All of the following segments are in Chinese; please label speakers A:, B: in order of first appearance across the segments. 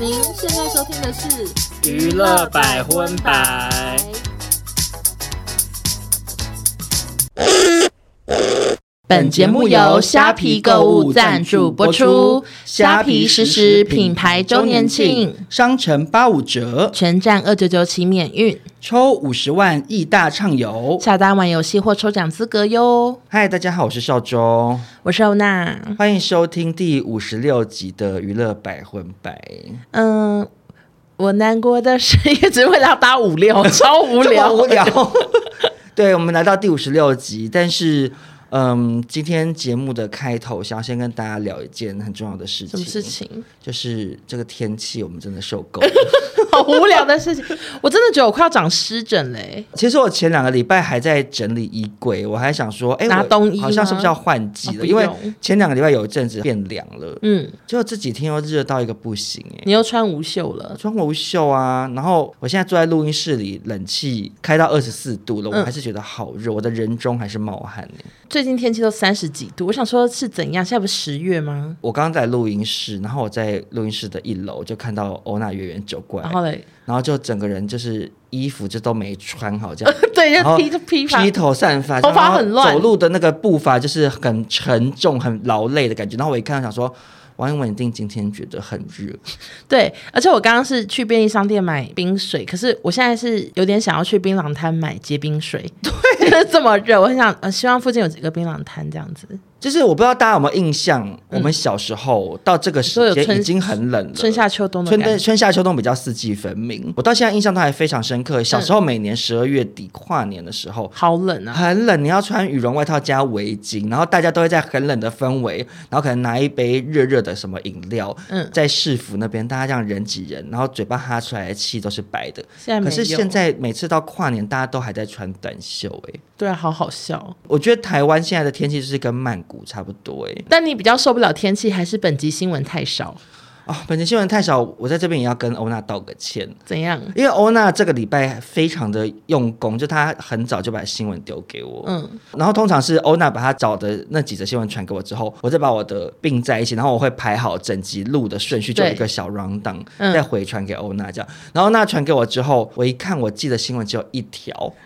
A: 您现在收听的是《
B: 娱乐百分百》。
C: 本节目由虾皮购物赞助播出，虾皮实时品牌周年庆，
B: 商城八五折，
C: 全站二九九起免运，
B: 抽五十万亿大畅游。
C: 下单玩游戏或抽奖资格哟。
B: 嗨，大家好，我是邵周，
C: 我是欧娜，
B: 欢迎收听第五十六集的娱乐百分百。
C: 嗯，我难过的是，一直为了搭五六，超无
B: 这
C: 聊，
B: 么无聊。 对，我们来到第五十六集，但是。嗯，今天节目的开头，想要先跟大家聊一件很重要的事情。
C: 什么事？情？
B: 就是这个天气，我们真的受够了。
C: 好无聊的事情，我真的觉得我快要长湿疹欸嘞、
B: 其实我前两个礼拜还在整理衣柜，我还想说，哎，
C: 拿
B: 我
C: 冬衣
B: 好像是不
C: 吗
B: 是要换季
C: 哦
B: 了？
C: 不
B: 因为
C: 用
B: 前两个礼拜有一阵子变凉了，
C: 嗯，
B: 结果这几天又热到一个不行、哎，
C: 你又穿无袖了，
B: 穿无袖啊，然后我现在坐在录音室里，冷气开到二十四度了，我
C: 嗯
B: 还是觉得好热，我的人中还是冒汗、哎
C: 最近天气都三十几度，我想说是怎样？现在不是十月吗？
B: 我刚刚在录音室，然后我在录音室的一楼就看到欧娜远远走过来
C: 然，后嘞，
B: 然后就整个人就是衣服就都没穿好，这样
C: 对，
B: 然
C: 就
B: 后
C: 披就披发
B: 披头散发，
C: 头发
B: 然后
C: 很乱
B: 走路的那个步伐就是很沉重、很劳累的感觉。然后我一看到想说，王一文一定今天觉得很热，
C: 对，而且我刚刚是去便利商店买冰水，可是我现在是有点想要去槟榔摊买结冰 水，对，就是 这么热，我很想呃，希望附近有几个槟榔摊这样子。
B: 就是我不知道大家有没有印象，我们小时候到这个时
C: 你说有
B: 间
C: 春
B: 已经很冷了，
C: 春夏秋冬的
B: 春
C: 感
B: 春
C: 觉，
B: 春夏秋冬比较四季分明。我到现在印象都还非常深刻。小时候每年十二月底跨年的时候。
C: 好冷啊！
B: 很冷，你要穿羽绒外套加围巾，然后大家都会在很冷的氛围，然后可能拿一杯热热的什么饮料，
C: 嗯，
B: 在市府那边，大家这样人挤人，然后嘴巴哈出来的气都是白的。
C: 现在没
B: 可
C: 有。
B: 是现在每次到跨年，大家都还在穿短袖、欸，
C: 对啊，好好笑。
B: 我觉得台湾现在的天气就是跟曼谷差不多、欸，
C: 但你比较受不了天气，还是本集新闻太少？
B: 啊、本期新闻太少，我在这边也要跟欧娜道个歉，
C: 怎样？
B: 因为欧娜这个礼拜非常的用功，就她很早就把新闻丢给我，
C: 嗯，
B: 然后通常是欧娜把她找的那几则新闻传给我之后，我再把我的并在一起，然后我会排好整集录的顺序，就
C: 对
B: 有一个小 round down，、
C: 嗯
B: 再回传给欧娜这样。然后欧娜传给我之后，我一看我记得新闻只有一条，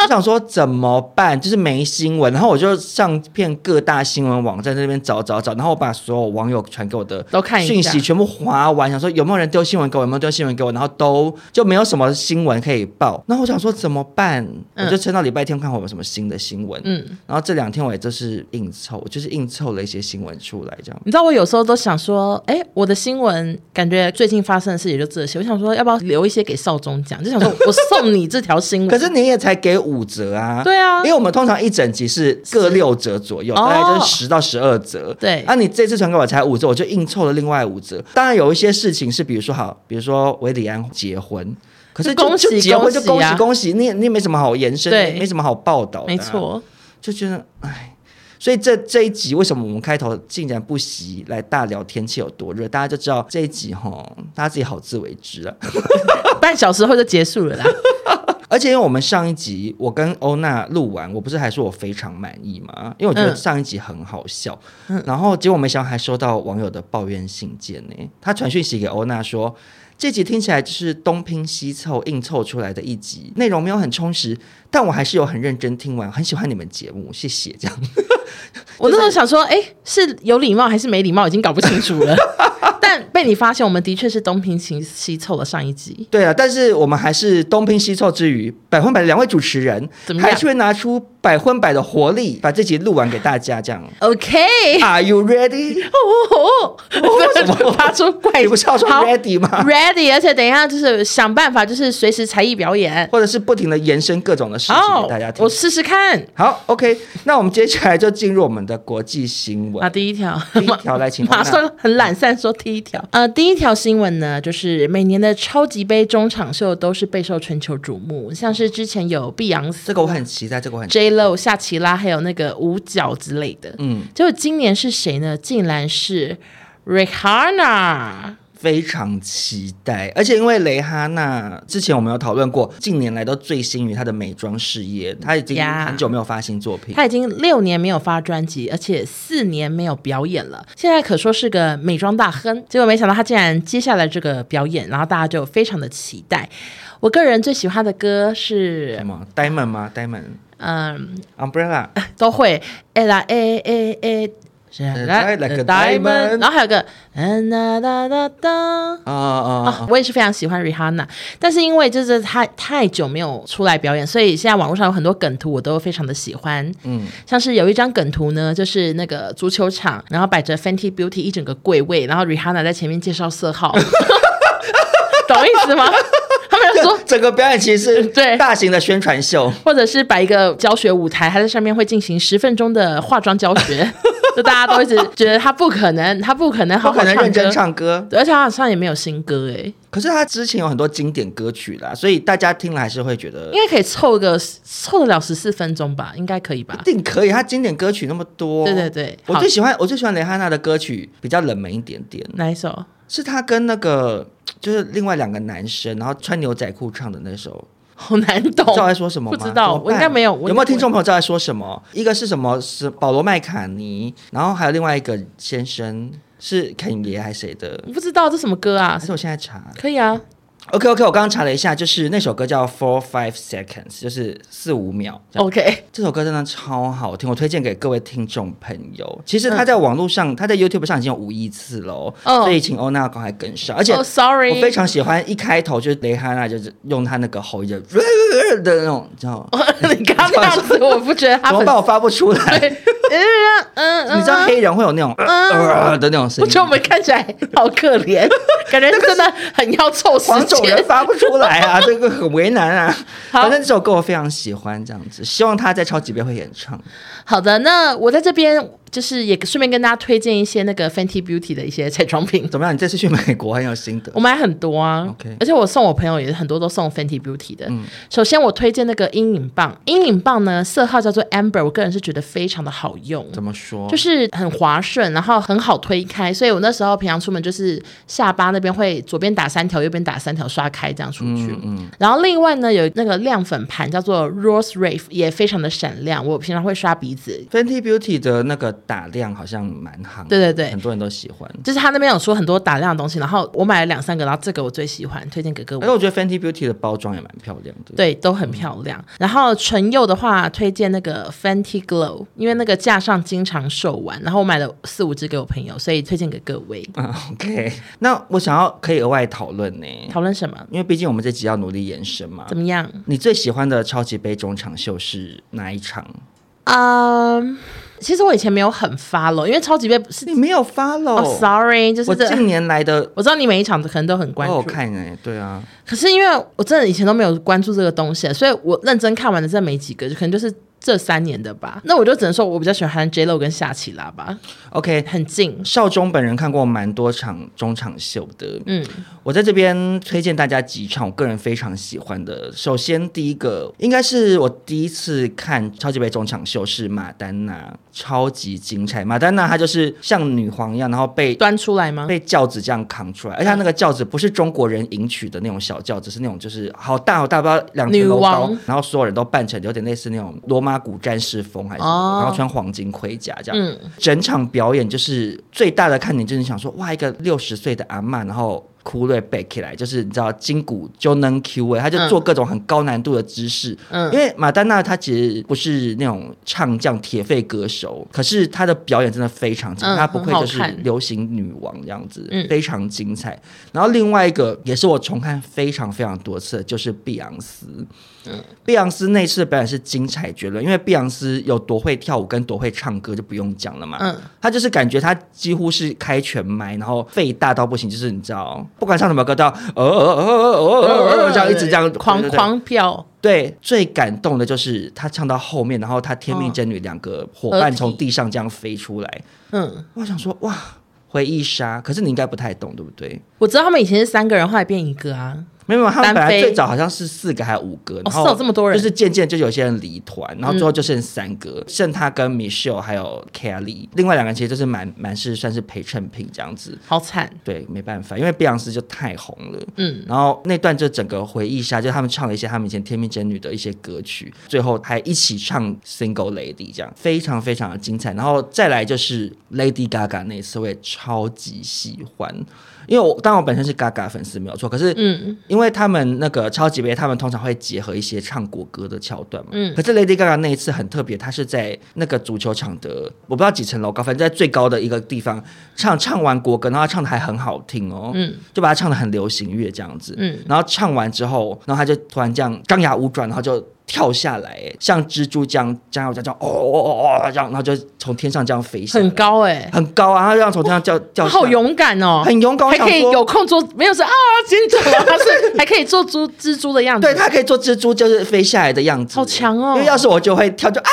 B: 我想说怎么办？就是没新闻，然后我就上遍各大新闻网站在那边找找找，然后我把所有网友传给我的
C: 都看一下
B: 讯息全部划完，想说有没有人丢新闻给我，有没有丢新闻给我，然后都就没有什么新闻可以报。然后我想说怎么办？
C: 嗯
B: 我就撑到礼拜天看会有没有什么新的新闻。
C: 嗯，
B: 然后这两天我也就是硬凑，就是硬凑了一些新闻出来，这样。
C: 你知道我有时候都想说，哎、我的新闻感觉最近发生的事也就这些。我想说，要不要留一些给少中讲？就想说我送你这条新闻。
B: 可是你也才给五折啊。
C: 嗯对啊
B: 因为我们通常一整集是各六折左右，
C: 哦
B: 大概就是十到十二折。
C: 对
B: 啊，你这次传给我才五折，我就硬凑了另外五折。当然有一些事情是，比如说好，比如说维里安结婚，可是就
C: 恭喜
B: 就结婚就
C: 恭
B: 恭
C: 喜啊
B: 喜恭喜，你也你也没什么好延伸，
C: 对
B: 没什么好报道、啊
C: 没，错，
B: 就觉得唉。所以这这一集为什么我们开头竟然不惜来大聊天气有多热？大家就知道这一集哈，大家自己好自为之啊了。
C: 半小时后就结束了啦。
B: 而且因为我们上一集我跟欧娜录完，我不是还说我非常满意吗？因为我觉得
C: 嗯
B: 上一集很好笑，然后结果没想到还收到网友的抱怨信件呢、他传讯息给欧娜说。这集听起来就是东拼西凑硬凑出来的一集，内容没有很充实，但我还是有很认真听完，很喜欢你们节目，谢谢。 这样，
C: 我那时候想说，哎、是有礼貌还是没礼貌，已经搞不清楚 了。但被你发现，我们的确是东拼西西凑了上一集。
B: 对啊，但是我们还是东拼西凑之余，百分百的两位主持人
C: 怎么样
B: 还是会拿出百分百的活力，把这集录完给大家。这样
C: OK，
B: ，Are you ready？
C: 哦哦哦，发出怪
B: 你不是要说
C: 好
B: ready 吗？
C: ready，而且等一下就是想办法，就是随时才艺表演。
B: 或者是不停的延伸各种的事情
C: 好
B: 给大家，听。
C: 哦我试试看。
B: 好，OK，那我们接下来就进入我们的国际新
C: 啊，
B: 闻。
C: 第一条，
B: 第一 条来请
C: 马
B: 安娜嗯
C: 上很懒散说第一条。呃，第一条新闻呢，就是每年的超级杯中场秀都是备受全球瞩目，像是之前有碧昂斯、
B: 这个我很期待，这个我很
C: J Lo、夏奇拉，还有那个五角之类的。
B: 嗯，
C: 结果今年是谁呢？竟然是 Rihanna。
B: 非常期待，而且因为蕾哈娜之前我们有讨论过，近年来都醉心于她的美妆事业，她已经
C: 呀
B: 很久没有发新作品。
C: 他已经六年没有发专辑，而且四年没有表演了，现在可说是个美妆大亨。结果没想到他竟然接下来这个表演，然后大家就非常的期待。我个人最喜欢的歌是
B: 什，么 Diamond 吗？Diamond
C: 嗯，
B: Umbrella
C: 都会 A 啦 A A A。
B: 来 like a diamond
C: 然后还有个，嗯哒哒哒哒，
B: 啊啊
C: 啊、
B: 啊！
C: 我也是非常喜欢 Rihanna，但是因为就是她太久没有出来表演，所以现在网络上有很多梗图，我都非常的喜欢。嗯，像是有一张梗图呢，就是那个足球场，然后摆着 Fenty Beauty 一整个柜位，然后 Rihanna 在前面介绍色 号，懂意思吗？他们就说。
B: 整个表演其实是
C: 对
B: 大型的宣传秀，
C: 或者是摆一个教学舞台，他在上面会进行十分钟的化妆教 学，就大家都一直觉得他不可能，他不可能好
B: 不
C: 好
B: 可能
C: 唱歌
B: 认真，唱歌。
C: 对而且他好像也没有新歌哎、
B: 可是她之前有很多经典歌曲啦，所以大家听了还是会觉得
C: 应该可以凑个凑得了十四分钟吧，应该可以吧
B: 一？定可以。她经典歌曲那么多，
C: 对对对，
B: 我
C: 好
B: 最喜欢我最喜欢蕾哈娜的歌曲比较冷门一点点，
C: 哪一首？
B: 是她跟那个就是另外两个男生，然后穿牛仔裤唱的那首。
C: 好难
B: 知道我
C: 懂。
B: 在说什么吗？
C: 不知道
B: 怎么办
C: 我应该没有我
B: 有
C: 应
B: 没
C: 该
B: 有听众朋友知道在说什么？一个是什么？是保罗麦卡尼，然后还有另外一个先生是肯爷还是谁的？
C: 我不知道这什么歌啊
B: 还？是我现在查
C: 可 以啊，
B: ？OK OK，我刚刚查了一下，就是那首歌叫 Four Five Seconds，就是四五秒。这样
C: OK，
B: 这首歌真的超好听，我推荐给各位听众朋友。其实他在网络上，他在 YouTube 上已经有五亿次喽，
C: 嗯
B: 所以请欧娜赶快跟上。而且
C: 哦
B: 我非
C: ，Sorry，
B: 常喜欢一开头就是蕾哈娜，就是用她那个喉音的的那种，你 知道吗？
C: 你刚刚那样子，我不觉得他
B: 怎么
C: 很
B: 办？我发不出来。
C: 对，嗯 嗯嗯，
B: 你知道黑人会有那种、呃呃的那种声
C: 我
B: 音
C: 觉，得我们看起来好可 怜，感觉真的很要凑时
B: 黄种人
C: 间。
B: 发不出 来啊，这个很为难啊。
C: 好
B: 反正这首歌我非常喜欢，这样子，希望他在超级杯会演唱。
C: 好的，那我在这边就是也顺便跟大家推荐一些那个 Fenty Beauty 的一些彩妆品。
B: 怎么样？你这次去美国很有心得
C: 我买很多啊
B: OK 嗯
C: 而且我送我朋友也很多都送 Fenty Beauty 的。首先我推荐那个阴影棒，阴影棒呢色号叫做 Amber，我个人是觉得非常的好用。
B: 怎么说？
C: 就是很滑顺，然后很好推开，所以我那时候平常出门就是下巴那边会左边打三条，右边打三条刷开这样出去。
B: 嗯
C: 然后另外呢有那个亮粉盘叫做 Rose Rave，也非常的闪亮，我平常会刷鼻子。
B: Fenty Beauty 的那个打量好像蛮夯，
C: 对对对
B: 很多人都喜欢。
C: 就是他那边有说很多打亮的东西，然后我买了两三个，然后这个我最喜欢，推荐给各位
B: 而且。哎我觉得 Fenty Beauty 的包装也蛮漂亮 的。，
C: 对，都很漂亮。然后唇釉的话，推荐那个 Fenty Glow，因为那个架上经常售完，然后我买了四五支给我朋友，所以推荐给各位。
B: 嗯，OK。那我想要可以额外讨论呢，
C: 讨论什么？
B: 因为毕竟我们这集要努力延伸嘛
C: 怎。么样？
B: 你最喜欢的超级杯中场秀是哪一场？
C: 嗯、其实我以前没有很 follow，因为超级杯是
B: 你没有 follow？、
C: 哦，sorry，就是哦
B: 我
C: 这。
B: 近年来的
C: 我知道你每一场可能都很
B: 我
C: 关
B: 有
C: 注，
B: 看哎、对啊，
C: 可是因为我真的以前都没有关注这个东西，所以我认真看完的真的没几个，就可能就是这三年的吧。那我就只能说，我比较喜欢 J Lo 跟夏奇拉吧，
B: OK。
C: 很近。
B: 少中本人看过蛮多场中场秀的，
C: 嗯，
B: 我在这边推荐大家几场我个人非常喜欢的。首先第一个应该是我第一次看超级杯中场秀是马丹娜，超级精彩。马丹娜她就是像女皇一样，然后被
C: 端出来吗？
B: 被轿子这样扛出来，而且他那个轿子不是中国人迎娶的那种小轿子，是那种就是好大好大，不知道两层楼
C: 女
B: 高
C: 王，
B: 然后所有人都扮成有点类似那种罗马古战士风还是什么的
C: 哦
B: 然后穿黄金盔甲这样。
C: 嗯，
B: 整场表演就是最大的看点就是想说，哇，一个六十岁的阿嬷，然后。哭瑞背起来，就是你知道筋骨就能 Q 哎，他就做各种很高难度的姿势，
C: 嗯
B: 因为马丹娜她其实不是那种唱将铁肺歌手，可是她的表演真的非常精彩，
C: 嗯
B: 她不愧就是
C: 很好看
B: 流行女王这样子，
C: 嗯
B: 非常精彩。然后另外一个也是我重看非常非常多次的，就是碧昂斯。碧昂斯那次的表演是精彩绝伦，因为碧昂斯有多会跳舞跟多会唱歌就不用讲了嘛。
C: 嗯
B: 她就是感觉她几乎是开全麦，然后肺大到不行，就是你知道，不管唱什么歌都要呃呃 呃呃呃呃呃这样一直这样
C: 狂
B: 对对对
C: 狂飙，
B: 对，最感动的就是他唱到后面，然后他天命真女两个伙
C: 嗯
B: 伴
C: 合体
B: 从地上这样飞出来，
C: 嗯，
B: 我想说哇，回忆杀，可是你应该不太懂，对不对？
C: 我知道他们以前是三个人，后来变一个啊，
B: 没有，没有他们
C: 单
B: 本来
C: 飞哦
B: 最早好像是四个还是五个，然后
C: 是有这么多人
B: 啊就是渐渐就有些人离团，然后最后就剩三个，剩他跟 Michelle 还有 Kelly，另外两个人其实就是蛮蛮是算是陪衬品这样子。
C: 好惨。
B: 对，没办法，因为碧昂斯就太红了。
C: 嗯，
B: 然后那段就整个回忆下，就他们唱了一些他们以前《天命真女》的一些歌曲，最后还一起唱《Single Lady》，这样非常非常的精彩。然后再来就是 Lady Gaga 那一次，我也超级喜欢，因为我当然我本身是 Gaga 粉丝没有错，可是
C: 嗯，
B: 因为他们那个超级杯，他们通常会结合一些唱国歌的桥段嘛。
C: 嗯
B: 可是 Lady Gaga 那一次很特别，她是在那个足球场的，我不知道几层楼高，反正在最高的一个地方唱唱完国歌，然后她唱的还很好听哦，
C: 嗯，
B: 就把它唱的很流行乐这样子，
C: 嗯，
B: 然后唱完之后，然后她就突然这样张牙舞爪，然后就。跳下来，哎像蜘蛛这样张牙舞爪，这样哦哦哦哦，这样，然后就从天上这样飞下来，
C: 很高哎、
B: 很高啊，然后这样从天上掉掉
C: 他
B: 下来，
C: 好勇敢哦，
B: 啊很勇敢，我
C: 还可以
B: 想说
C: 有空做，没有是啊，金主啊，他是 还可以做猪蜘蛛的样子，
B: 对，它可以做蜘蛛，就是飞下来的样子，
C: 好强哦
B: 因为要哎是我就会跳，就啊，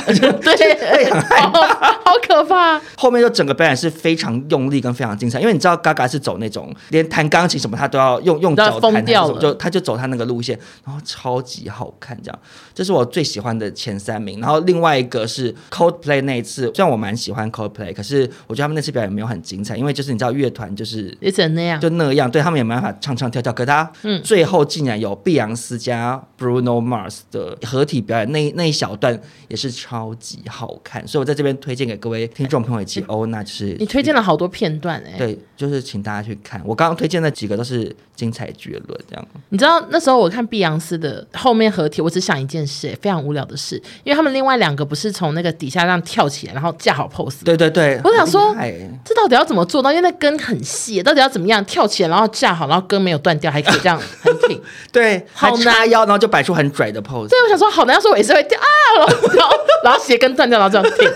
C: 对， 好好可怕，
B: 后面就整个表演是非常用力跟非常精彩，因为你知道 Gaga 是走那种连弹钢琴什么他都要用用
C: 都要
B: 脚
C: 疯
B: 弹，
C: 掉
B: 他
C: 了
B: 就就他就走他那个路线，然后超级好看，这样这是我最喜欢的前三名。然后另外一个是 Coldplay 那一次，虽然我蛮喜欢 Coldplay，可是我觉得他们那次表演没有很精彩，因为就是你知道乐团就是
C: 也只能那样嗯
B: 就。那样，对他们也没办法唱唱跳跳。可他最后竟然有碧昂斯加 Bruno Mars 的合体表演，那那一小段也是超级好看，所以我在这边推荐给各位听众朋友以及欧娜，就是
C: 你推荐了好多片段哎、
B: 对，就是请大家去看。我刚刚推荐的几个都是精彩绝伦，这样
C: 你知道那时候我看碧昂斯的后面合体，我只想一件事、哎非常无聊的事，因为他们另外两个不是从那个底下让跳起来，然后架好 pose 吗
B: 对对对，
C: 我想说
B: 很厉害
C: 这到底要怎么做到？因为那根很细，到底要怎么样跳起来，然后架好，然后根没有断掉，还可以这样很挺。
B: 对，
C: 好
B: 还
C: 难
B: 叉腰，然后就摆出很拽的 pose，
C: 对，我想说好难，要说我也是会跳啊，然后然后然后鞋跟断掉，然后这样挺。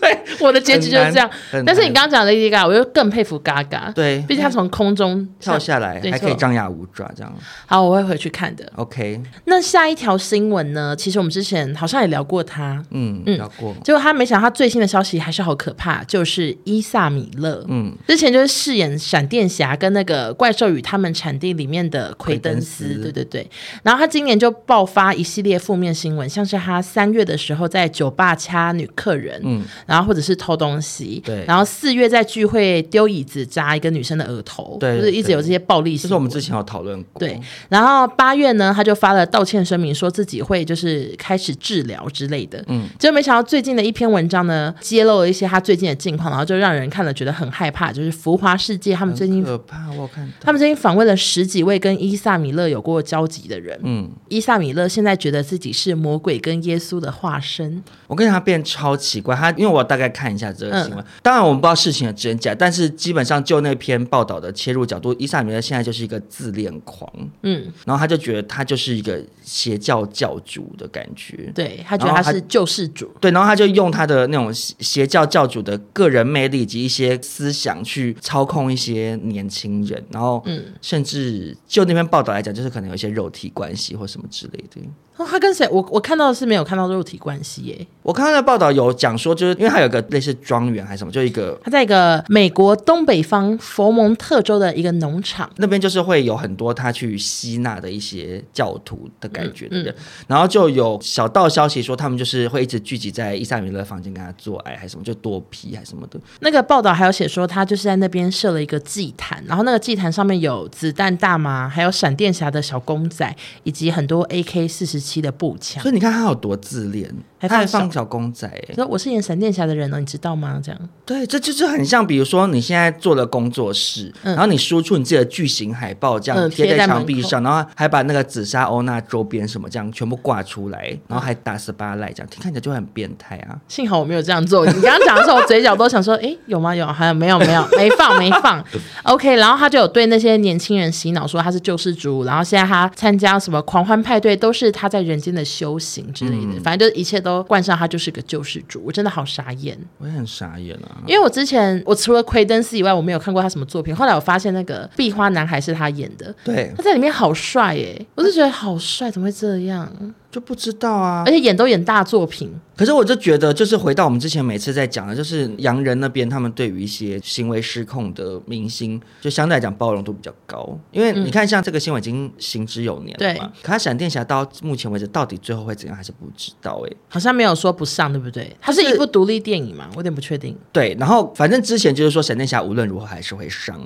B: 对
C: 我的结局就是这样
B: 很难很难。
C: 但是你刚刚讲的 Lady Gaga，我又更佩服 Gaga，
B: 对
C: 毕竟她从空中
B: 跳下来
C: 对
B: 还可以
C: 错
B: 张牙舞爪这样。
C: 好，我会回去看的。
B: OK，
C: 那下一条新闻呢？其实我们之前好像也聊过她，
B: 嗯，
C: 嗯
B: 要过，
C: 结果他没想到他最新的消息还是好可怕，就是伊萨米勒，
B: 嗯
C: 嗯，之前就是饰演闪电侠跟那个怪兽与他们产地里面的奎登斯，
B: 奎登斯
C: 对对对。然后他今年就爆发一系列负面新闻，像是他三月的时候在酒吧掐女客人，嗯，然后或者是偷东西，
B: 对
C: 然后四月在聚会丢椅子砸一个女生的额头，
B: 对
C: 就是一直有这些暴力
B: 这
C: 行为。
B: 是我们之前有讨论过。
C: 对，然后八月呢，他就发了道歉声明，说自己会就是开始治疗之类的。嗯，结果没想到最近的一篇文章呢，揭露了一些他最近的近况，然后就让人看了觉得很害怕。就是浮华世界他们最近
B: 很可怕，我有看到。
C: 他们最近访问了十几位跟伊萨米勒有过交集的人。
B: 嗯，
C: 伊萨米勒现在觉得自己是魔鬼跟耶稣的化身，
B: 我跟你讲他变超奇怪，他因为我大概看一下这个新闻，
C: 嗯
B: 当然我们不知道事情的真假，但是基本上就那篇报道的切入角度，伊萨米勒现在就是一个自恋狂，
C: 嗯，
B: 然后他就觉得他就是一个邪教教主的感觉。
C: 对他觉
B: 然
C: 得
B: 后
C: 他
B: 他
C: 是救世主，
B: 对，然后他就用他的那种邪邪教教主的个人魅力以及一些思想去操控一些年轻人，然后
C: 嗯
B: 甚至就那篇报道来讲，就是可能有一些肉体关系或什么之类的。
C: 哦、他跟谁？我我看到的是没有看到肉体关系耶、
B: 我看到的报道有讲说，就是因为他有个类似庄园还是什么，就一个
C: 他在一个美国东北方佛蒙特州的一个农场。
B: 那边就是会有很多他去吸纳的一些教徒的感觉的人，
C: 嗯
B: 然后就有小道消息说他们就是会一直聚集在伊萨米勒房间跟他做爱，还是什么就多批还是什么的，
C: 那个报道还有写说，他就是在那边设了一个祭坛，然后那个祭坛上面有子弹大麻，还有闪电侠的小公仔，以及很多 AK 四十七的步枪
B: 所。以你看他有多自恋，
C: 还
B: 他
C: 放
B: 还
C: 小
B: 放小公仔、欸
C: 说我是演闪电侠的人哦，你知道吗？这样
B: 对，这就是很像，比如说你现在做了工作室，然后你输出你自己的巨型海报，这样、
C: 嗯
B: 贴
C: 贴
B: 在
C: 在
B: 墙
C: 门
B: 壁
C: 口
B: 上，然后还把那个紫砂欧娜周边什么这样全部挂出来，
C: 嗯
B: 然后还打十八赖这样，看起来就很变态啊。
C: 幸好我没有这样做。你刚刚讲的时候，我嘴角都想说，诶，有吗？有，还有没有？没有，没放，没 放。OK，然后他就有对那些年轻人洗脑说他是救世主，然后现在他参加什么狂欢派对都是他在人间的修行之类的，反正就是一切都冠上他就是个救世主。我真的好傻眼。
B: 我也很傻眼啊。
C: 因为我之前我除了奎登斯以外，我没有看过他什么作品。后来我发现那个《壁花男孩》是他演的，
B: 对，
C: 他在里面好帅耶、我就觉得好帅，怎么会这样？
B: 就就不知道啊
C: 而。且演都演大作品，
B: 可是我就觉得，就是回到我们之前每次在讲的，就是洋人那边他们对于一些行为失控的明星，就相对来讲包容度比较高。因为你看，像这个新闻已经行之有年了嘛，可他闪电侠到目前为止到底最后会怎样还是不知道哎、
C: 好像没有说不上，对不对？它是
B: 就是
C: 一部独立电影嘛，我有点不确定。
B: 对，然后反正之前就是说闪电侠无论如何还是会上，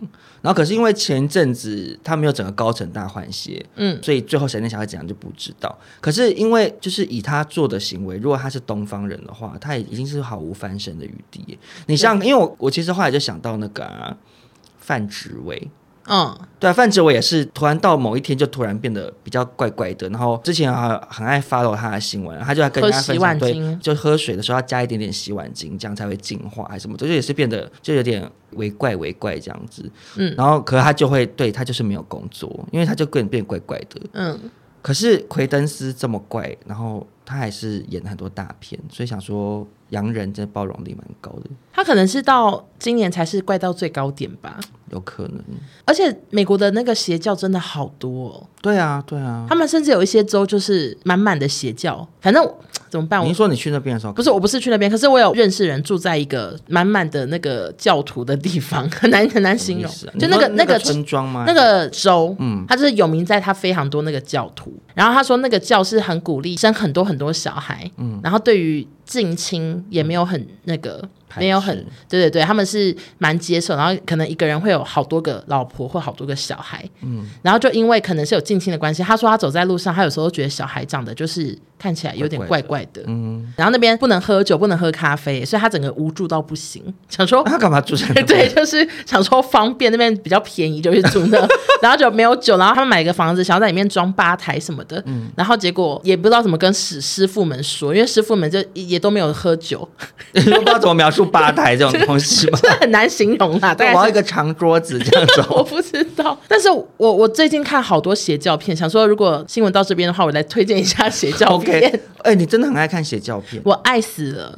B: 然后可是因为前一阵子他没有整个高层大换血，
C: 嗯，
B: 所以最后闪电侠会怎样就不知道。可是因为就是以他做的行为，如果他是东方人的话，他已经是毫无翻身的余地耶。你像，因为我我其实后来就想到那个、啊、范植伟。
C: 嗯，
B: 对啊，范植伟也是突然到某一天就突然变得比较怪怪的，然后之前还很爱 follow 他的新闻，他就在跟人家分
C: 喝洗碗
B: 享对，
C: 精
B: 就喝水的时候要加一点点洗碗精，这样才会净化还是什么的，就也是变得就有点为怪为怪这样子。
C: 嗯
B: 然后可是他就会对他就是没有工作，因为他就变变怪怪的。
C: 嗯，
B: 可是奎登斯这么怪，然后他还是演了很多大片，所以想说洋人这包容力蛮高的，
C: 它可能是到今年才是怪到最高点吧。
B: 有可能。
C: 而且美国的那个邪教真的好多、哦，
B: 对啊，对啊。
C: 他们甚至有一些州就是满满的邪教。反正我怎么办？
B: 你
C: 我
B: 是说你去那边的时候，
C: 不是，我不是去那边，可是我有认识人住在一个满满的那个教徒的地方， 很难很难形容
B: 什么。意思
C: 哦就
B: 啊你
C: 那
B: 说
C: 个
B: 那
C: 个
B: 村庄吗？
C: 那个州，
B: 嗯
C: 嗯，他就是有名在他非常多那个教徒。然后他说那个教是很鼓励生很多很多小孩，嗯，然后对于近亲也没有很那个。
B: 排斥
C: 没有很，对对对，他们是蛮接受，然后可能一个人会有好多个老婆或好多个小孩，嗯，然后就因为可能是有近亲的关系，他说他走在路上，他有时候觉得小孩长得就是看起来有点
B: 怪怪
C: 怪
B: 的
C: 怪的，嗯，然后那边不能喝酒，不能喝咖啡，所以他整个无助到不行，想说
B: 那他干嘛住在那？
C: 对，，就是想说方便那边比较便宜，就去住那， 然后就没有酒，然后他们买一个房子，想要在里面装吧台什么的，
B: 嗯
C: 然后结果也不知道怎么跟师师傅们说，因为师傅们就也都没有喝酒，
B: 你都不知道怎么描述吧台这种东西吗？
C: 这很难形容啦，大概
B: 我要
C: 是
B: 一个长桌子这样
C: 我
B: 走。
C: 不知道，但是我我最近看好多邪教片，想说如果新闻到这边的话，我来推荐一下邪教片。
B: OK，哎、你真的很爱看邪教片。
C: 我爱死了，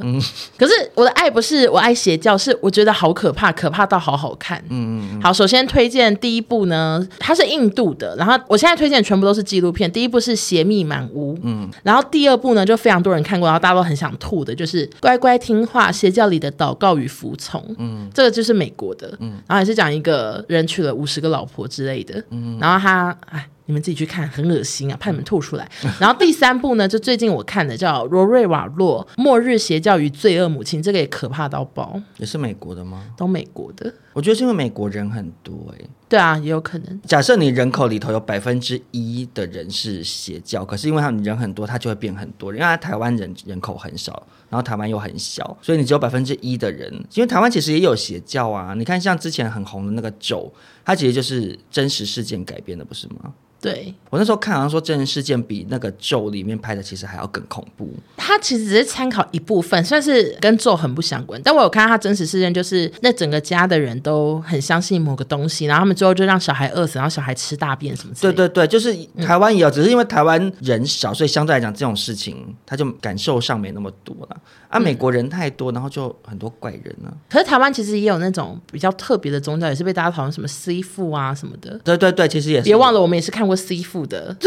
C: 可是我的爱不是我爱邪教，是我觉得好可怕，可怕到好好看。嗯嗯好，首先推荐第一部呢，它是印度的，然后我现在推荐全部都是纪录片。第一部是《邪秘满屋》，嗯，然后第二部呢就非常多人看过，然后大家都很想吐的，就是《乖乖听话：邪教里的祷告与服从》。嗯，这个就是美国的，嗯，然后也是讲一个人娶了五十个老婆之类的，嗯，然后他哎。你们自己去看，很恶心啊，怕你们吐 出来。然后第三部呢，就最近我看的叫《罗瑞瓦洛：末日邪教与罪恶母亲》，这个也可怕到爆，
B: 也是美国的吗？
C: 都美国的。
B: 我觉得是因为美国人很多哎、
C: 对啊，也有可能。
B: 假设你人口里头有百分之一的人是邪教，可是因为他们人很多，他就会变很多。因为他台湾人人口很少，然后台湾又很小，所以你只有百分之一的人。因为台湾其实也有邪教啊，你看像之前很红的那个咒，它其实就是真实事件改编的，不是吗？
C: 对，
B: 我那时候看好像说真人事件比那个咒里面拍的其实还要更恐怖。
C: 它其实只是参考一部分，算是跟咒很不相关。但我有看到它真实事件，就是那整个家的人都很相信某个东西，然后他们最后就让小孩饿死，然后小孩吃大便什么之
B: 对
C: 类的。
B: 对对，就是台湾也有，只是因为台湾人少，所以相对来讲这种事情他就感受上没那么多了。啊，美国人太多，然后就很多怪人啊。
C: 可是台湾其实也有那种比较特别的宗教，也是被大家讨论什么 C 父啊什么的。
B: 对对对，其实也是。
C: 别忘了，我们也是看过 C 父的，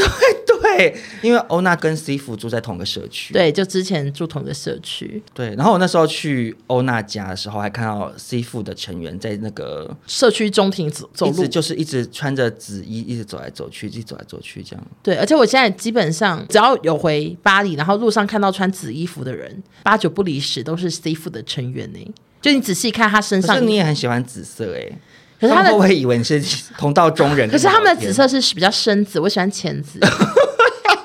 B: 对，因为欧娜跟 C 府住在同个社区。
C: 对，就之前住同一个社区，
B: 对，然后我那时候去欧娜家的时候，还看到 C 府的成员在那个
C: 社区中庭走走
B: 一
C: 路
B: 直，就是一直穿着紫衣，一直走来走去，一直走来走去这样。
C: 对，而且我现在基本上只要有回巴黎，然后路上看到穿紫衣服的人，八九不离十都是 C 服的成员呢。就你仔细看他身
B: 可
C: 上
B: 是，你也很喜欢紫色哎、
C: 可是他
B: 们
C: 的
B: 会不会以为你是同道中人？
C: 可是他们的紫。色是比较深紫，我喜欢浅 紫，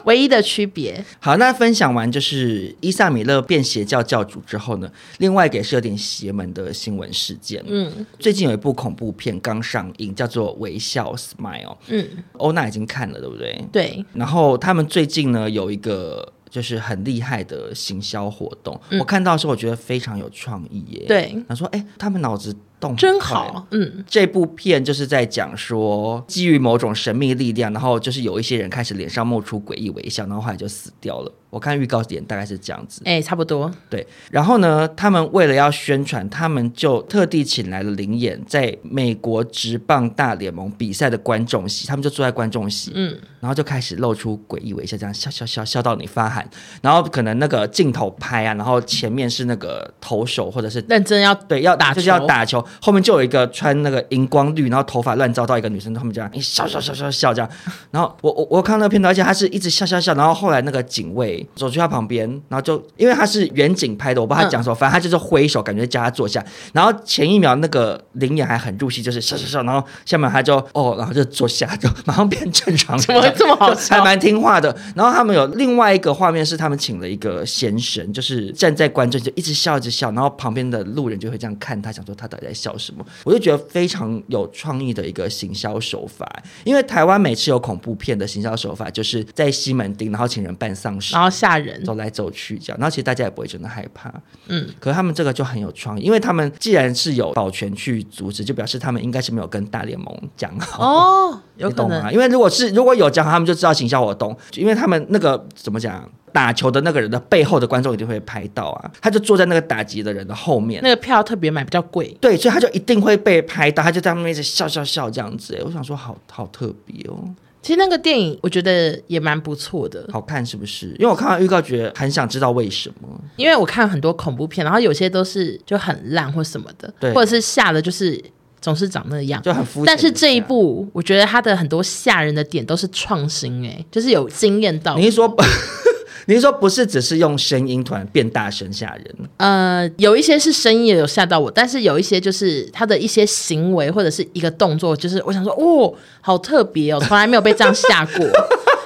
C: 唯一的区别。
B: 好，那分享完就是伊萨米勒变邪教教主之后呢，另外一个也是有点邪门的新闻事件。嗯，最近有一部恐怖片刚上映，叫做《微笑 Smile》。
C: 嗯，
B: 欧娜已经看了，对不对？
C: 对，
B: 然后他们最近呢有一个就是很厉害的行销活动，我看到的时候我觉得非常有创意耶。
C: 嗯对，
B: 他说哎，他们脑子动，
C: 真好。。嗯，
B: 这部片就是在讲说，基于某种神秘力量，然后就是有一些人开始脸上冒出诡异微笑，然后后来就死掉了。我看预告点大概是这样子，
C: 哎、差不多。
B: 对。然后呢，他们为了要宣传，他们就特地请来了林演在美国职棒大联盟比赛的观众席，他们就坐在观众席，
C: 嗯，
B: 然后就开始露出诡异微笑，这样笑笑笑笑到你发汗。然后可能那个镜头拍啊，然后前面是那个投手或者是
C: 认真要
B: 对，要
C: 打
B: 就是要
C: 球
B: 打球，后面就有一个穿那个荧光绿，然后头发乱糟到一个女生，他们这样一笑笑笑笑笑这样，然后我我我有看到那个片段，而且她是一直笑笑笑，然后后来那个警卫走去她旁边，然后就因为她是远景拍的，我不知道她讲什么，反正她就是挥手，感觉叫她坐下，然后前一秒那个林演还很入戏，就是笑笑笑，然后下面她就哦，然后就坐下，就马上变正常人，
C: 怎么这么好笑
B: 还蛮听话的。然后他们有另外一个画面是他们请了一个先生，就是站在观众就一直笑一直笑，然后旁边的路人就会这样看他，想说他到底在笑什么。我就觉得非常有创意的一个行销手法，因为台湾每次有恐怖片的行销手法，就是在西门町，然后请人办丧事
C: 然。后吓人。
B: 走来走去这样，然后其实大家也不会真的害怕，
C: 嗯，
B: 可是他们这个就很有创意，因为他们既然是有保全去阻止，就表示他们应该是没有跟大联盟讲好
C: 哦，有
B: 你
C: 可
B: 懂
C: 能
B: 吗？因为如果是如果有讲，他们就知道行销活动，因为他们那个怎么讲，打球的那个人的背后的观众一定会拍到啊，他就坐在那个打击的人的后面。
C: 那个票特别买比较贵。
B: 对，所以他就一定会被拍到，他就在那边一直笑笑笑这样子。我想说好，好特别哦，
C: 其实那个电影我觉得也蛮不错的，
B: 好看是不是？因为我看完预告，觉得很想知道为什么。
C: 因为我看很多恐怖片，然后有些都是就很烂或什么的，
B: 对
C: 或者是吓的，就是总是长那样。
B: 就很肤浅。
C: 但是这一，部，我觉得它的很多吓人的点都是创新、哎，就是有惊艳到。
B: 你是说， 你是说不是只是用声音突然变大声吓人？
C: 呃，有一些是声音也有吓到我，但是有一些就是他的一些行为或者是一个动作，就是我想说，哦，好特别哦，从来没有被这样吓 过。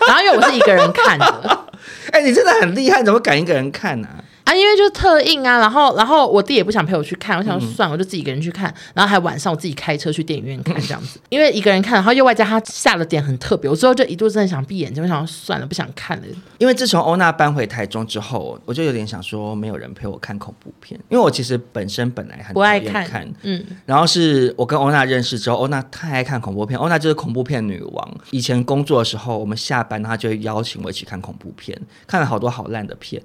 C: 然后因为我是一个人看的
B: 哎、你真的很厉害，你怎么敢一个人看呢、啊？
C: 啊，因为就是特映啊，然后然后我弟也不想陪我去看，我想
B: 嗯
C: 说算了，我就自己一个人去看，然后还晚上我自己开车去电影院看这样子， 因为一个人看，然后又外加他吓的点很特别，我最后就一度真的想闭眼睛，我想说算了，不想看了。
B: 因为自从欧娜搬回台中之后，我就有点想说，没有人陪我看恐怖片，因为我其实本身本来很
C: 不爱
B: 讨厌
C: 看
B: 看
C: 嗯，
B: 然后是我跟欧娜认识之后，欧娜太爱看恐怖片，欧娜就是恐怖片女王。以前工作的时候，我们下班她就会邀请我一起看恐怖片，看了好多好烂的片。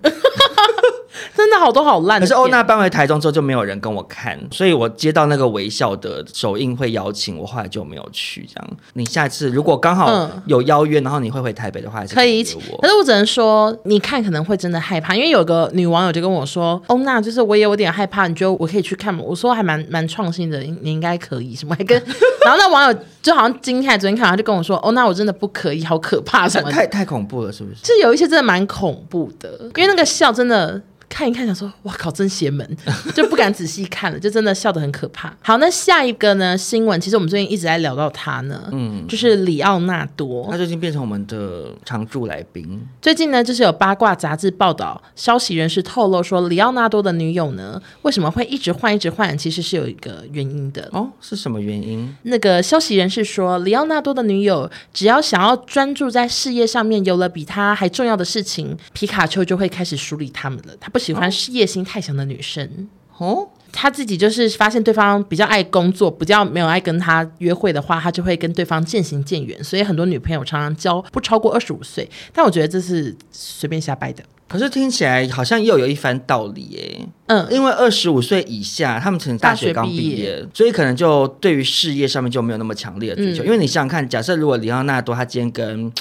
C: 真的好多好烂的
B: 可
C: 片。
B: 是欧娜搬回台中之后就没有人跟我看，所以我接到那个微笑的首映会邀请，我后来就没有去。这样，你下次如果刚好
C: 嗯
B: 有邀约，然后你会回台北的话，还是
C: 可以一
B: 约
C: 起
B: 我。
C: 可是我只能说，你看可能会真的害怕，因为有个女网友就跟我说：“欧娜，就是我也有点害怕，你觉得我可以去看吗？”我说：“还蛮蛮创新的，你你应该可以。”什么还跟， 然后那网友就好像今天还昨天看，他就跟我说：“欧娜，我真的不可以，好可怕什么的。
B: 太太恐怖了，是不”是？
C: 就有一些真的蛮恐怖的，因为那个笑真的。看一看，想说，哇靠，真邪门， 就不敢仔细看了，就真的笑得很可怕。好，那下一个呢？新闻，其实我们最近一直在聊到他呢，嗯，就是里奥纳多，
B: 他最近变成我们的常驻来宾。
C: 最近呢，就是有八卦杂志报道，消息人士透露说，里奥纳多的女友呢，为什么会一直换一直换，其实是有一个原因的。
B: 哦，是什么原因？
C: 那个消息人士说，里奥纳多的女友只要想要专注在事业上面，有了比他还重要的事情，皮卡丘就会开始梳理他们了。他不喜欢事业心太强的女生。
B: 哦，
C: 他自己就是发现对方比较爱工作，比较没有爱跟他约会的话，他就会跟对方渐行渐远。所以很多女朋友常常交不超过二十五岁，但我觉得这是随便瞎掰的。
B: 可是听起来好像又有一番道理耶。
C: 嗯，
B: 因为二十五岁以下，他们可能大学刚毕
C: 大
B: 业，所以可能就对于事业上面就没有那么强烈的追
C: 嗯
B: 求。因为你想想看，假设如果里奥纳多他今天跟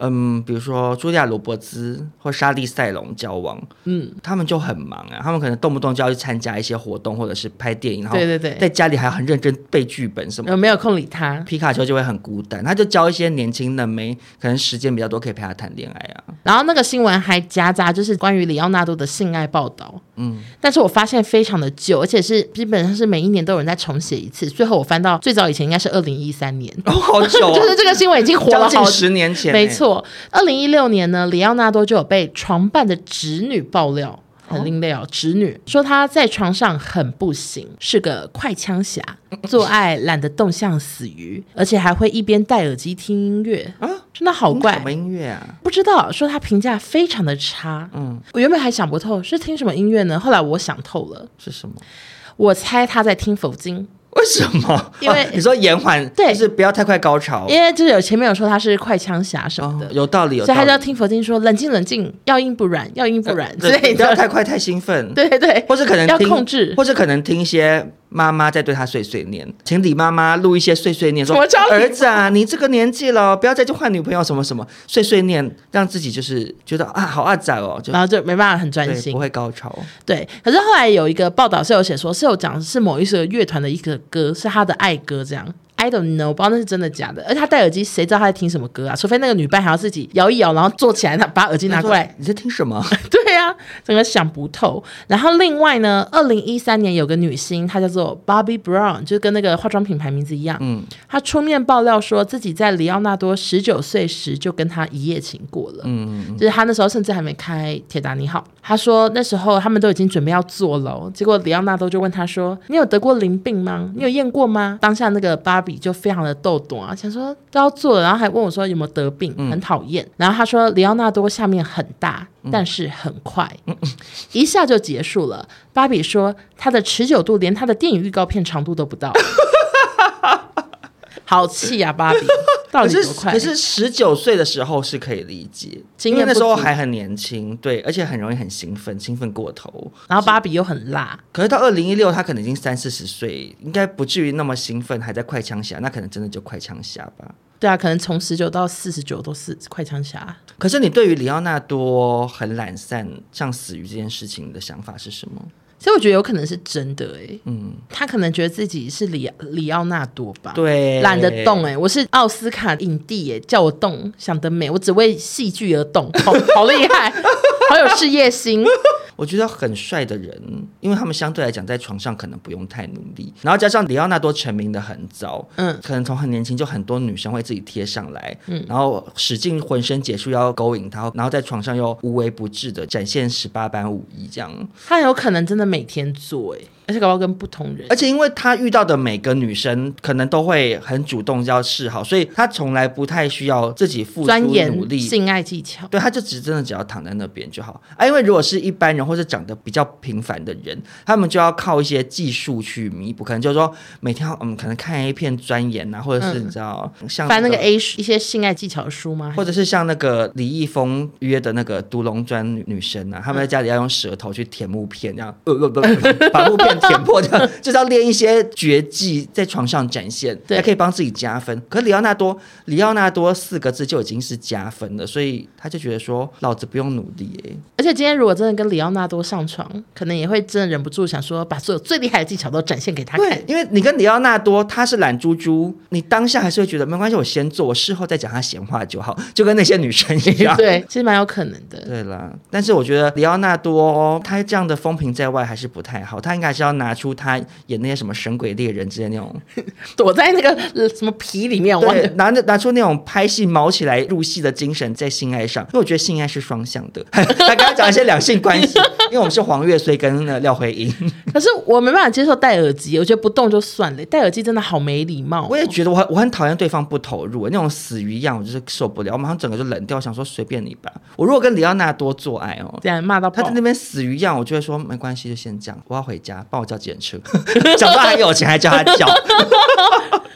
B: 嗯，比如说茱莉亚·罗伯兹或莎莉·塞隆交往，嗯，他们就很忙啊，他们可能动不动就要去参加一些活动，或者是拍电影，然后
C: 对对对嗯
B: 在家里还要很认真背剧本什么的
C: 我没有空理他。
B: 皮卡丘就会很孤单，他就交一些年轻嫩妹，可能时间比较多，可以陪他谈恋爱 啊。
C: 然后那个新闻还夹杂就是关于里奥纳多的性爱报道，嗯，但是我发现非常的旧，而且是基本上是每一年都有人在重写一次。最后我翻到最早以前应该是二零一三年，
B: 哦，好久、哦，
C: 就是这个新闻已经火了
B: 将近
C: 好
B: 十年前、欸
C: 没，错，二零一六年呢，里奥纳多就有被床伴的侄女爆料。很另类哦，侄女说她在床上很不行，是个快枪 侠，做爱懒得动像死鱼，而且还会一边戴耳机听音乐，
B: 啊
C: 真的好
B: 听
C: 怪
B: 什么。音乐啊？
C: 不知道说她评价非常的差，嗯，我原本还想不透是听什么音乐呢，后来我想透了，
B: 是什么？
C: 我猜她在听佛经，
B: 为什么？
C: 因为
B: 哦你说延缓，
C: 对
B: 就是不要太快高潮。
C: 因为就是有前面有说他是快枪侠什么
B: 哦
C: 的，，
B: 有道理，有
C: 所
B: 道
C: 以他就要
B: 理。呃
C: 听佛经说冷静冷静，要硬不软，要硬不软之
B: 对
C: 类
B: 不要太
C: 的。
B: 快，太兴奋。
C: 对对，
B: 或是可能
C: 要
B: 听
C: 控制
B: 或是可能听一些妈妈在对他碎碎念，请李妈妈录一些碎碎念，说
C: 怎么叫李妈妈
B: 儿子啊，你这个年纪了，不要再去换女朋友什么什么碎碎念，让自己就是觉得啊好阿仔哦，就
C: 然后就没办法很专
B: 对
C: 心
B: 不。会高潮。
C: 对，可是后来有一个报道是有写说，是有讲是某一首乐团的一个歌，是他的爱歌这样。I don't know，不知道那是真的假的。而且他戴耳机，谁知道他在听什么歌啊？除非那个女伴还要自己摇一摇，然后坐起来，拿把耳机拿过来。
B: 你在听什么？
C: 对啊，整个想不透。然后另外呢，二零一三年有个女星，她叫做 Bobby Brown，就跟那个化妆品牌名字一样。
B: 嗯
C: 她出面爆料说自己在里奥纳多十九岁时就跟他一夜情过了。
B: 嗯，
C: 就是他那时候甚至还没开铁达尼号。他说那时候他们都已经准备要坐了哦，结果里奥纳多就问他说：“你有得过淋病吗？你有验过吗？”当下那个芭比就非常的逗懂啊，想说都要坐了，然后还问我说有没有得病，
B: 嗯
C: 很讨厌。然后他说里奥纳多下面很大，但是很快，一下就结束了。芭比说他的持久度连他的电影预告片长度都不到。 好气啊，芭比！到
B: 可
C: 底
B: 是
C: 多快？
B: 可是十九岁的时候是可以理解，
C: 经
B: 因
C: 验
B: 为那时候
C: 不足
B: 还很年轻，对，而且很容易很兴奋，兴奋过头。
C: 然后芭比又很辣，
B: 可是到二零一六，他可能已经三四十岁，应该不至于那么兴奋，还在快枪侠，那可能真的就快枪侠吧。
C: 对啊，可能从十九到四十九都是快枪侠。
B: 可是你对于里奥纳多很懒散、像死鱼这件事情的想法是什么？
C: 所以我觉得有可能是真的哎、
B: 嗯，
C: 他可能觉得自己是里里奥纳多吧，，
B: 对，
C: 懒得动哎、我是奥斯卡影帝哎、叫我动想得美，我只为戏剧而动，好好厉害，好有事业心。
B: 我觉得很帅的人，因为他们相对来讲在床上可能不用太努力，然后加上里奥纳多成名的很早，
C: 嗯，
B: 可能从很年轻就很多女生会自己贴上来，嗯，然后使尽浑身解数要勾引他，然后在床上又无微不至的展现十八般武艺这样。
C: 他很有可能真的每天做哎、而且搞不好跟不同人
B: 而。且因为他遇到的每个女生可能都会很主动要示好，所以他从来不太需要自己付出
C: 钻研
B: 努力。
C: 性爱技巧，
B: 对，他就只真的只要躺在那边就好啊，因为如果是一般人或者长得比较平凡的人，他们就要靠一些技术去弥补，可能就是说每天要嗯，可能看 A 片钻研啊，或者是
C: 嗯
B: 你知道、像
C: 翻那个
B: 个
C: A 一些性爱技巧的书吗？
B: 嗯或者是像那个李易峰约的那个独龙砖女女生啊，他们在家里要用舌头去舔木片，这样呃不不不，把木片舔破，这样就是要练一些绝技，在床上展现，
C: 对
B: 还可以帮自己加分。可里奥纳多，里奥纳多四个字就已经是加分了，所以他就觉得说，老子不用努力、欸，
C: 而且今天如果真的跟里奥纳多上床，可能也会真的忍不住想说，把所有最厉害的技巧都展现给他看
B: 对。，因为你跟里奥纳多他是懒猪猪，你当下还是会觉得没关系，我先做，我事后再讲他闲话就好，就跟那些女生一样。
C: 对，其实蛮有可能的。
B: 对啦，但是我觉得里奥纳多他这样的风评在外还是不太好，他应该还是要拿出他演那些什么《神鬼猎人》之类的那种，
C: 躲在那个呃什么皮里 面，我忘
B: 对
C: 了，
B: 拿着拿出那种拍戏毛起来入戏的精神在性爱上，因为我觉得性爱是双向 的。他刚刚讲一些两性关系，因为我们是黄月，所以跟那廖慧 英，
C: 可是我没办法接受戴耳机，我觉得不动就算了，戴耳机真的好没礼貌哦。
B: 我也觉得我很我很讨厌对方不投入，那种死鱼一样，我就是受不了，我马上整个就冷掉，想说随便你吧。我如果跟里奥纳多做爱哦，
C: 这样骂到
B: 他在
C: 爆
B: 那。边死鱼一样，我就会说没关系，就先这样，我要回家，帮我叫检车。 讲到还有钱，还叫他叫。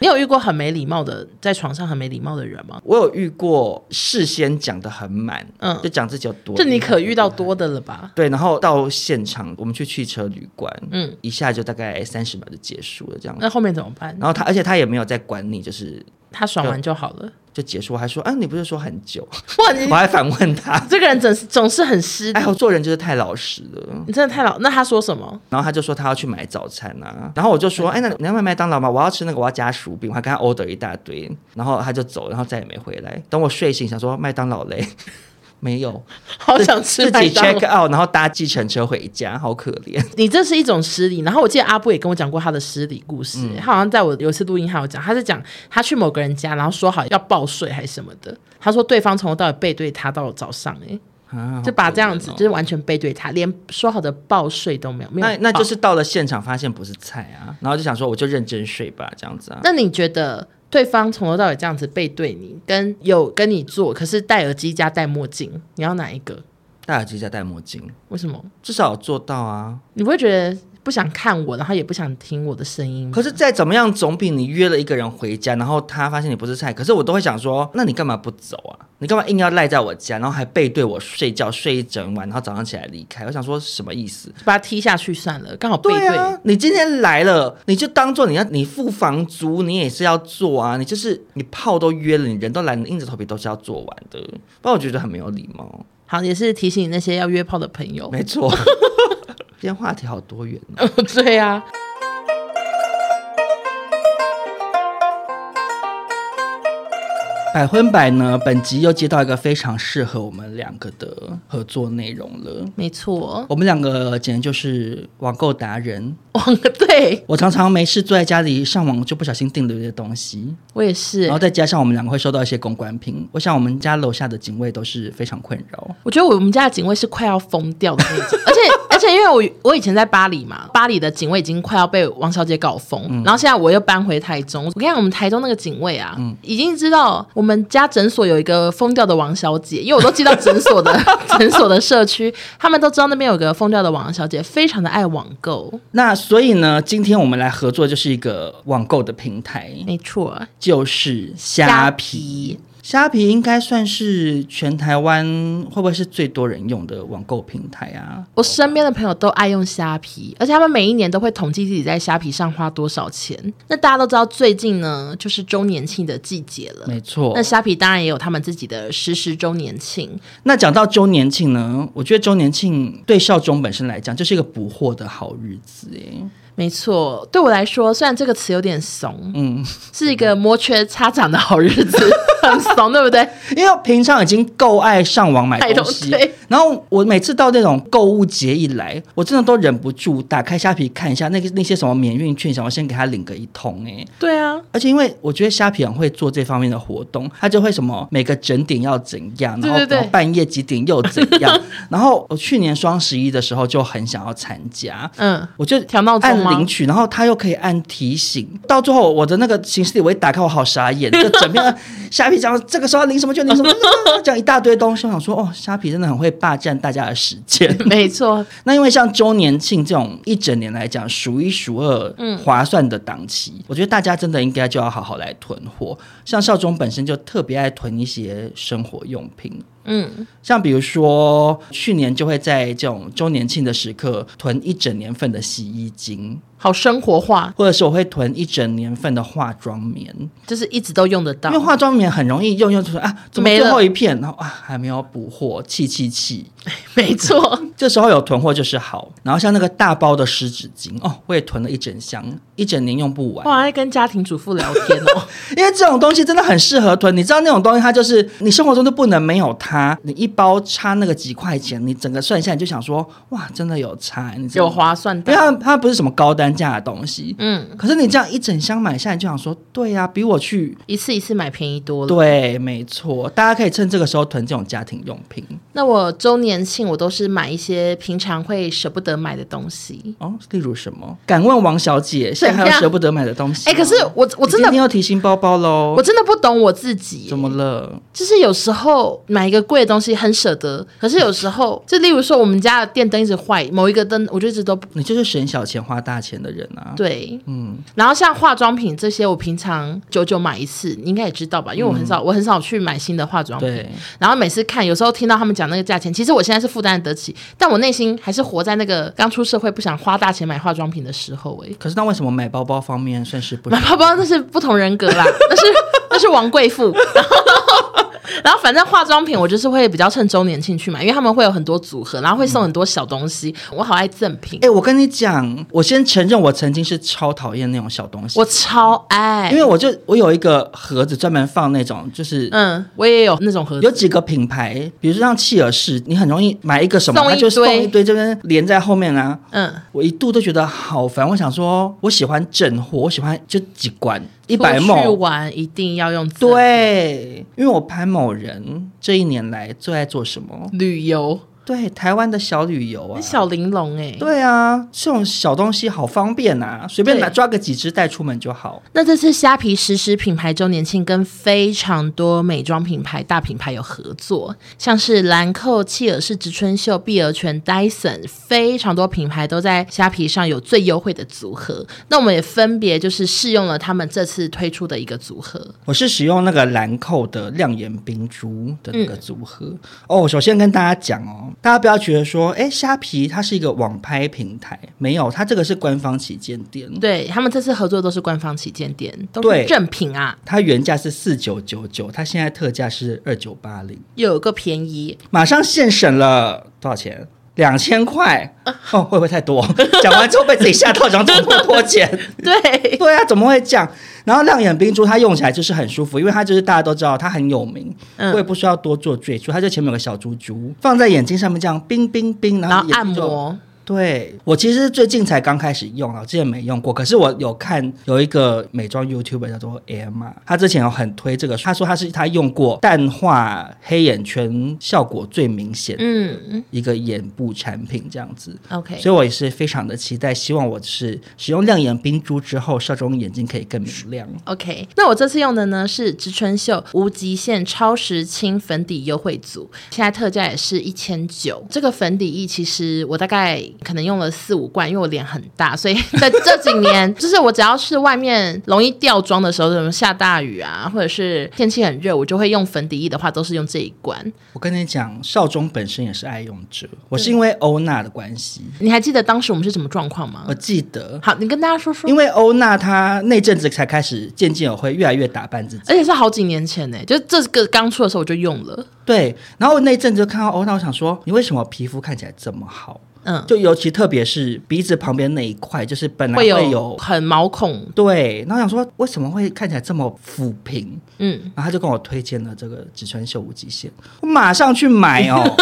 C: 你有遇过很没礼貌的，在床上很没礼貌的人吗？
B: 我有遇过事先讲的很满，
C: 嗯
B: 就讲自己有多，
C: 这你可遇到多。的了吧？
B: 对，然后到现场，我们去汽车旅馆，
C: 嗯
B: 嗯，一下就大概三十秒就结束了这样。
C: 那后面怎么办？
B: 然后他，而且他也没有在管你，就是
C: 他爽完就好了。
B: 就结束，我还说，啊，你不是说很久？
C: 哇，你
B: 我还反问他，
C: 这个人总是总是很失礼
B: 哎，，我做人就是太老实了。
C: 你真的太老。那他说什么？
B: 然后他就说他要去买早餐啊，然后我就说，哎，那你要买麦当劳吗？我要吃那个，我要加薯饼，我还跟他 order 一大堆，然后他就走，然后再也没回来。等我睡醒，想说麦当劳嘞， 没有，
C: 好想吃
B: 自
C: 麦
B: 己
C: 当
B: check
C: 劳。
B: out，然后搭计程车回家，好可怜。
C: 你这是一种失礼。然后我记得阿布也跟我讲过他的失礼故事，
B: 嗯
C: 他好像在我有一次录音，还有讲，他是讲他去某个人家，然后说好要报税还是什么的，他说对方从头到尾背对他到早上、欸，
B: 啊
C: 就把这样子，
B: 好
C: 就
B: 可怜哦
C: 是完全背对他，连说好的报税都没有，没有
B: 那那
C: 报
B: 就是到了现场发现不是菜啊，然后就想说我就认真睡吧，这样子啊。
C: 那你觉得对方从头到尾这样子背对你，跟有跟你做，可是戴耳机加戴墨镜，你要哪一个？
B: 戴耳机再戴墨镜，
C: 为什么？
B: 至少有做到啊。
C: 你不会觉得不想看我，然后也不想听我的声音嘛。
B: 可是再怎么样，总比你约了一个人回家，然后他发现你不是菜。可是我都会想说，那你干嘛不走啊？你干嘛硬要赖在我家，然后还背对我睡觉睡一整晚，然后早上起来离开？我想说什么意思？
C: 就把他踢下去算了，刚好背
B: 对
C: 对。
B: 啊，你今天来了，你就当做你要你付房租，你也是要做啊。你就是你炮都约了，你人都来，你硬着头皮都是要做完的。不然我觉得很没有礼貌。
C: 好，也是提醒那些要约炮的朋友。
B: 没错，今天话题好多元、哦。
C: 对啊，
B: 百分百呢，本集又接到一个非常适合我们两个的合作内容了。
C: 没错。
B: 我们两个简直就是网购达人。
C: 网对
B: 我常常没事坐在家里上网，就不小心订了一些东西，
C: 我也是
B: 然后。再加上我们两个会收到一些公关品，我想我们家楼下的警卫都是非常困扰。
C: 我觉得我们家的警卫是快要疯掉的那种， 而且而且因为我我以前在巴黎嘛，巴黎的警卫已经快要被王小姐搞疯，
B: 嗯
C: 然后现在我又搬回台中，我跟你讲，我们台中那个警卫啊，
B: 嗯
C: 已经知道我们家诊所有一个疯掉的王小姐，因为我都寄到诊所 的诊所的社区，他们都知道那边有个疯掉的王小姐，非常的爱网购，
B: 那所以呢，今天我们来合作就是一个网购的平台，
C: 没错，
B: 就是虾
C: 嗯虾
B: 皮
C: 皮。
B: 虾皮应该算是全台湾会不会是最多人用的网购平台啊？
C: 我身边的朋友都爱用虾皮，而且他们每一年都会统计自己在虾皮上花多少钱。那大家都知道，最近呢就是周年庆的季节了。
B: 没错，
C: 那虾皮当然也有他们自己的实时周年庆，
B: 那讲到周年庆呢，我觉得周年庆对少中本身来讲就是一个补货的好日子哎。
C: 没错。对我来说，虽然这个词有点怂，
B: 嗯，
C: 是一个摩拳擦掌的好日 子，很怂，对不对？
B: 因为平常已经够爱上网买东西
C: 买东西，
B: 然后我每次到那种购物节一来，我真的都忍不住打开虾皮看一下那个那些什么免运券，想要先给他领个一通哎。
C: 对啊，
B: 而且因为我觉得虾皮很会做这方面的活动，他就会什么每个整点要怎样，然后
C: 对对对
B: 然后半夜几点又怎 样。然后我去年双十一的时候就很想要参加，
C: 嗯，
B: 我就
C: 调闹钟
B: 按
C: 吗
B: 领取，然后它又可以按提醒。到最后，我的那个行事历我一打开，我好 傻眼，就整篇呃虾皮讲这个时候要领什么券，领什么券， 讲一大堆东西。我想说，哦，虾皮真的很会霸占大家的时间。
C: 没错，
B: 那因为像周年庆这种一整年来讲数一数二
C: 嗯
B: 划算的档期，我觉得大家真的应该就要好好来囤货。像少中本身就特别爱囤一些生活用品。
C: 嗯，
B: 像比如说，去年就会在这种周年庆的时刻囤一整年份的洗衣精，
C: 好生活化，
B: 或者是我会囤一整年份的化妆棉，
C: 就是一直都用得到
B: 因为。化妆棉很容易用用出来啊，怎么
C: 没
B: 最
C: 了
B: 后一片，然后啊还没有补货，气气气！
C: 没错，
B: 这时候有囤货就是好。然后像那个大包的湿纸巾哦，我也囤了一整箱，一整年用不完。
C: 哇，在跟家庭主妇聊天 哦。
B: 因为这种东西真的很适合囤，你知道那种东西，它就是你生活中就不能没有它。你一包差那个几块钱，你整个算下来你就想说，哇，真的有差，你知道
C: 有
B: 吗，
C: 划算
B: 因为
C: 到，
B: 它它不是什么高单价的东西。
C: 嗯，
B: 可是你这样一整箱买下来，你就想说，对呀、比我去
C: 一次一次买便宜多了。
B: 对，没错，大家可以趁这个时候囤这种家庭用品
C: 那我周年庆我都是买一些平常会舍不得买的东西。
B: 哦，例如什么？敢问王小姐，现在还有
C: 怎样
B: 舍不得买的东西吗？
C: 哎、可是我我真
B: 你
C: 的
B: 要提心包包喽
C: 我。真的不懂我自己、
B: 怎么了？
C: 就是有时候买一个贵的东西很舍得，可是有时 候就例如说我们家的电灯一直坏，某一个灯我就一直都不
B: 你就是省小钱花大钱的人啊！
C: 对。
B: 嗯，
C: 然后像化妆品这些，我平常久久买一次，你应该也知道吧？因为我很少、我很少去买新的化妆品
B: 嗯对。
C: 然后每次看，有时候听到他们讲那个价钱，其实我现在是负担得起，但我内心还是活在那个刚出社会不想花大钱买化妆品的时候、欸。
B: 可是那为什么买包包方面算是不
C: 买包包那是不同人格啦， 那是那是王贵妇。 然后然后反正化妆品我就是会比较趁周年庆去买，因为他们会有很多组合，然后会送很多小东西，我好爱赠品
B: 哎、，我跟你讲，我先承认我曾经是超讨厌那种小东西，
C: 我超爱。
B: 因为我就我有一个盒子专门放那种，就是
C: 嗯，我也有那种盒
B: 有
C: 子，
B: 几个品牌，比如说像契尔氏，你很容易买一个什么，
C: 送一
B: 它就送
C: 堆
B: 一堆，这边连在后面啊。
C: 嗯，
B: 我一度都觉得好烦，我想说，我喜欢正货，我喜欢就几罐一百
C: 出去
B: 梦，
C: 玩一定要用赠
B: 对，因为我潘某人这一年来最爱做什么？
C: 旅游
B: 对，台湾的小旅游啊
C: 那，小玲珑哎、
B: 对啊，这种小东西好方便啊，随便拿
C: 对
B: 抓个几只带出门就好。
C: 那这次虾皮实施品牌周年庆，跟非常多美妆品牌、大品牌有合作，像是兰蔻、契尔氏植村秀、碧螺泉、Dyson，非常多品牌都在虾皮上有最优惠的组合。那我们也分别就是试用了他们这次推出的一个组合，
B: 我是使用那个兰蔻的亮眼冰珠的那个组合、
C: 嗯
B: 哦。首先跟大家讲哦，大家不要觉得说，哎，虾皮它是一个网拍平台，没有，它这个是官方旗舰店，
C: 对他们这次合作都是官方旗舰店，都
B: 对
C: 是正品啊，
B: 它原价是四九九九，它现在特价是二九八零，
C: 又有个便宜，
B: 马上现省了多少钱？两 千块哦，会不会太多？讲完之后被自己吓到，想怎么那么多钱？
C: 嗯对，
B: 对啊，怎么会这样？然后亮眼冰珠它用起来就是很舒服，因为它就是大家都知道它很有名，
C: 嗯
B: 我也不需要多做赘述，它就前面有个小珠珠放在眼睛上面这样冰冰冰，然
C: 然
B: 后
C: 后
B: 眼睛
C: 按
B: 就。
C: 摩，
B: 对我其实最近才刚开始用啊，我之前没用过，可是我有看有一个美妆 YouTuber 叫做 Emma，她之前有很推这个，她说她是她用过淡化黑眼圈效果最明显的
C: 嗯
B: 一个眼部产品这样子。
C: ，OK，
B: 所以我也是非常的期待，希望我是使用亮眼冰珠之后，少中眼睛可以更明亮。
C: OK，那我这次用的呢是植村秀无极限超时清粉底优惠组，现在特价也是一千九。这个粉底液其实我大概可能用了四五罐，因为我脸很大，所以在 这几年，就是我只要是外面容易掉妆的时候，什么下大雨啊，或者是天气很热，我就会用粉底液的话，都是用这一罐。
B: 我跟你讲，少中本身也是爱用者，我是因为欧娜的关系，
C: 你还记得当时我们是什么状况吗
B: 我？记得，
C: 好，你跟大家说说
B: 呃因。为欧娜她那阵子才开始渐渐有会越来越打扮自己，
C: 而且是好几年前呢、就这个刚出的时候我就用了，
B: 对，然后那阵子就看到欧娜，我想说你为什么皮肤看起来这么好？
C: 嗯，
B: 就尤其特别是鼻子旁边那一块，就是本来
C: 会
B: 会有
C: 有很毛孔，
B: 对，然后想说为什么会看起来这么抚平？
C: 嗯。
B: 然后他就跟我推荐了这个植川秀无极限，我马上去买 哦。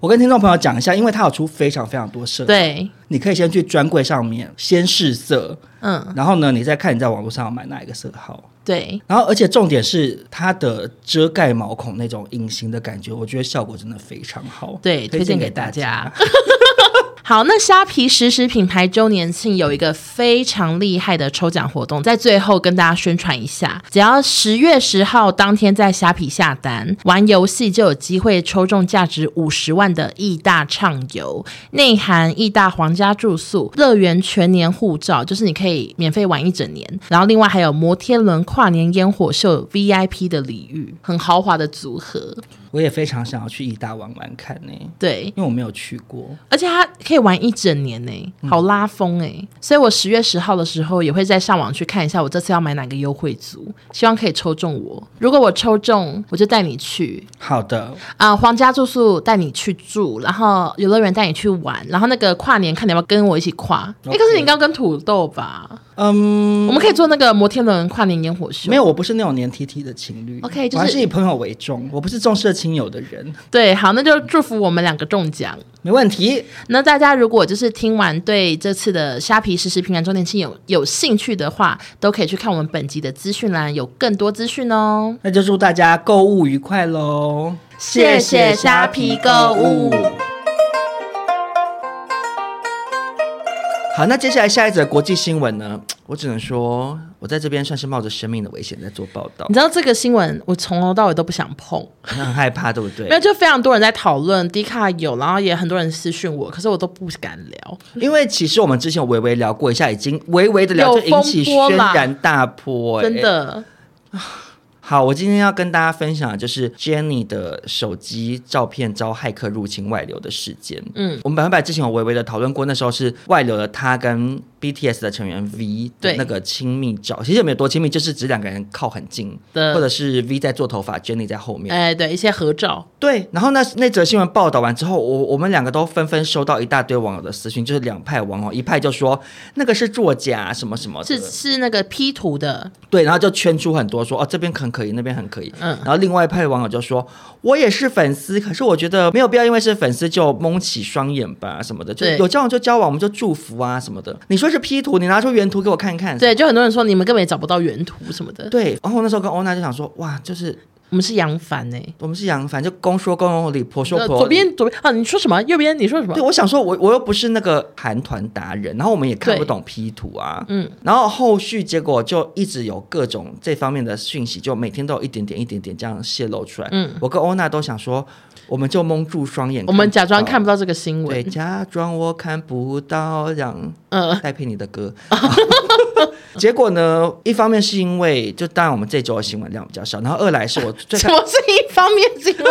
B: 我跟听众朋友讲一下，因为它有出非常非常多色，，
C: 对，
B: 你可以先去专柜上面先试色，
C: 嗯，
B: 然后呢，你再看你在网络上要买哪一个色号。
C: 对，
B: 然后，而且重点是它的遮盖毛孔那种隐形的感觉，我觉得效果真的非常好，
C: 对推
B: 推
C: 荐
B: 荐
C: 给
B: 给大
C: 大。好，那虾皮实时品牌周年庆有一个非常厉害的抽奖活动，在最后跟大家宣传一下，只要十月十号当天在虾皮下单玩游戏，就有机会抽中价值五十万的义大畅游，内含义大皇家住宿、乐园全年护照，就是你可以免费玩一整年，然后另外还有摩天轮跨年烟火秀 VIP 的礼遇，很豪华的组合。
B: 我也非常想要去义大玩玩看呢、
C: 对，
B: 因为我没有去过。
C: 而且它可以玩一整年呢、
B: 嗯
C: 好拉风哎、所以我十月十号的时候也会再上网去看一下，我这次要买哪个优惠组，希望可以抽中我。如果我抽中，我就带你去
B: 好的，
C: 啊、皇家住宿带你去住，然后游乐园带你去玩，然后那个跨年看你要不要跟我一起跨。哎、
B: OK
C: 可是你应该要跟土豆吧？
B: 嗯，
C: 我们可以做那个摩天轮跨年烟火秀。
B: 没有，我不是那种黏 T T 的情侣
C: OK，就是
B: 我还是以朋友为重，我不是重色轻友的人，
C: 对，好，那就祝福我们两个中奖。
B: 没问题。
C: 那大家如果就是听完对这次的虾皮实时平安周年庆有有兴趣的话，都可以去看我们本集的资讯栏，有更多资讯哦。
B: 那就祝大家购物愉快喽！
C: 谢谢虾皮购物。
B: 好，那接下来下一则国际新闻呢？我只能说，我在这边算是冒着生命的危险在做报道
C: 你，知道这个新闻，我从头到尾都不想碰，
B: 很害怕，对不
C: 没有
B: 对？
C: 就非常多人在讨论，迪卡有，然后也很多人私讯我，可是我都不敢聊。
B: 因为其实我们之前有微微聊过一下，已经微微的聊
C: 有
B: 就引起
C: 风波
B: 轩
C: 啦
B: 然大波、欸，
C: 真的，
B: 好，我今天要跟大家分享的就是 Jenny 的手机照片遭骇客入侵外流的事件。
C: 嗯
B: 嗯，我们百分百之前有微微的讨论过，那时候是外流了她跟 BTS 的成员 V
C: 对
B: 的那个亲密照，其实也没有多亲密，就是指两个人靠很近，
C: 的
B: 或者是 V 在做头发，Jenny 在后面。
C: 哎，对，一些合照，
B: 对，然后那那则新闻报道完之后，我我们两个都纷纷收到一大堆网友的私讯，就是两派网友，一派就说那个是作假什么什哦么的，
C: 是是那个 P 图的，
B: 对，然后就圈出很多说哦这边很可以，那边很可以。
C: 嗯
B: 然后另外一派网友就说，我也是粉丝，可是我觉得没有必要因为是粉丝就蒙起双眼吧什么的，就
C: 对
B: 有交往就交往，我们就祝福啊什么的。你说是 P 图，你拿出原图给我看看。
C: 对，就很多人说你们根本也找不到原图什么的，
B: 对，然后我那时候跟欧娜就想说，哇，就是。
C: 我们是杨凡哎、
B: 我们是杨凡，就公说公有理，婆说
C: 呃
B: 婆有理。
C: 左边左边啊，你说什么？右边你说什么
B: 对，？我想说我，我又不是那个韩团达人，然后我们也看不懂 P 图啊，嗯，然后后续结果就一直有各种这方面的讯息，就每天都有一点点、一点点这样泄露出来。嗯，我跟欧娜都想说，我们就蒙住双眼，
C: 我们假装看
B: 不
C: 不到这个新
B: 到，对，
C: 闻。
B: 假装我看不到，这样
C: 嗯、
B: 戴佩妮的 歌。结果呢，一方面是因为就当然我们这周的新闻量比较少，然后二来是我最
C: 怎么是一方面是因为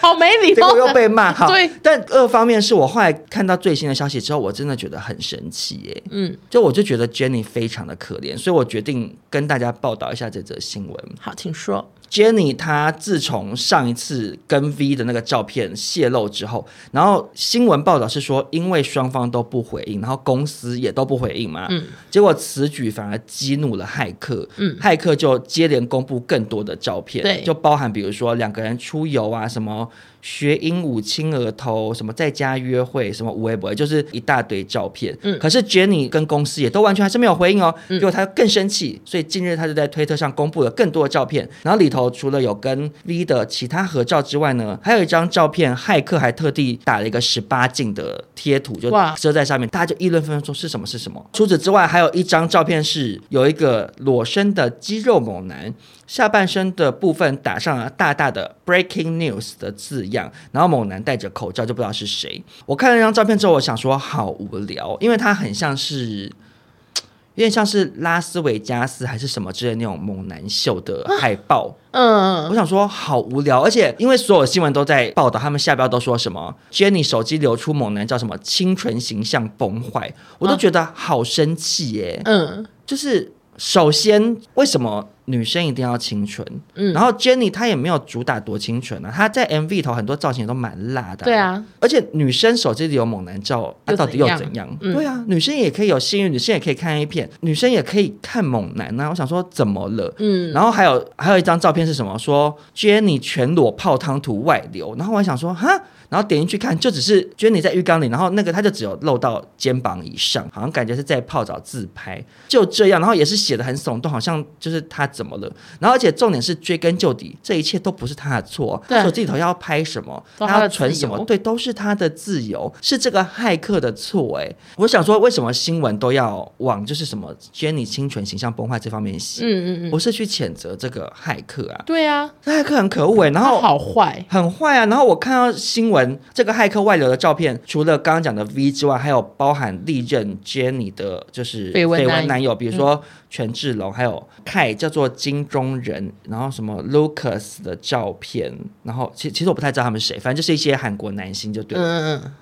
C: 好没礼
B: 结
C: 貌
B: 果，又被骂哈。
C: 对，
B: 但二方面是我后来看到最新的消息之后，我真的觉得很神奇耶。
C: 嗯，
B: 就我就觉得 Jenny 非常的可怜，所以我决定跟大家报道一下这则新闻。
C: 好，请说。
B: Jenny 她自从上一次跟 V 的那个照片泄露之后，然后新闻报道是说，因为双方都不回应，然后公司也都不回应嘛，
C: 嗯
B: 结果此举反而激怒了骇客，
C: 嗯
B: 骇客就接连公布更多的照片，
C: 对
B: 就包含比如说两个人出游啊，什么学鹦鹉亲额头，什么在家约会，什么无微不微，就是一大堆照片，
C: 嗯
B: 可是 Jenny 跟公司也都完全还是没有回应哦，
C: 嗯
B: 结果他更生气，所以近日他就在推特上公布了更多的照片，然后里头除了有跟 V 的其他合照之外呢，还有一张照片，骇客还特地打了一个十八禁的贴图，就
C: 哇
B: 遮在上面，大家就议论纷纷说是什么是什么。除此之外，还有一张照片是有一个裸身的肌肉猛男，下半身的部分打上了大大的 “breaking news” 的字样，然后猛男戴着口罩就不知道是谁。我看了那张照片之后，我想说好无聊，因为它很像是。有点像是拉斯维加斯还是什么之类的那种猛男秀的海报，
C: 嗯
B: 我，想说好无聊，而且因为所有新闻都在报道，他们下标都说什么 Jenny 手机流出猛男叫什么清纯形象崩坏，我都
C: 啊
B: 觉得好生气耶、
C: 嗯
B: 就是首先为什么女生一定要清纯？
C: 嗯
B: 然后 Jenny 她也没有主打多清纯啊，她在 MV 里头很多造型也都蛮辣的、
C: 对，啊，
B: 而且女生手机里有猛男照，那、
C: 又
B: 到底又
C: 怎样
B: 怎样？
C: 嗯
B: 对啊，女生也可以有性欲，女生也可以看 A 片，女生也可以看猛男啊。我想说怎么了？
C: 嗯，
B: 然后还有还有一张照片是什么？说 Jenny 全裸泡汤图外流，然后我还想说哈，然后点进去看，就只是 Jenny 在浴缸里，然后那个她就只有露到肩膀以上，好像感觉是在泡澡自拍，就这样，然后也是写的很耸动，好像就是她怎么了。然后而且重点是追根究底，这一切都不是她的错，
C: 对
B: 她手机里头要拍什么，
C: 都
B: 她
C: 她
B: 要
C: 的
B: 存
C: 自
B: 什么，
C: 由
B: 对，都是她的自由，是这个骇客的错、欸。哎，我想说为什么新闻都要往就是什么 Jenny 清纯形象崩坏这方面写？
C: 嗯嗯嗯，
B: 不是去谴责这个骇客啊，
C: 对啊，
B: 这骇客很可恶哎、然
C: 他
B: 后
C: 好坏，
B: 很坏啊，然后我看到新闻，这个骇客外流的照片，除了刚刚讲的 V 之外，还有包含历任 Jenny 的，就是
C: 绯闻
B: 绯
C: 男嗯
B: 闻男友，比如说权志龙，还有凯叫做金钟仁，然后什么 Lucas 的照片，然后其其实我不太知道他们是谁，反正就是一些韩国男星就对了。
C: 嗯嗯嗯，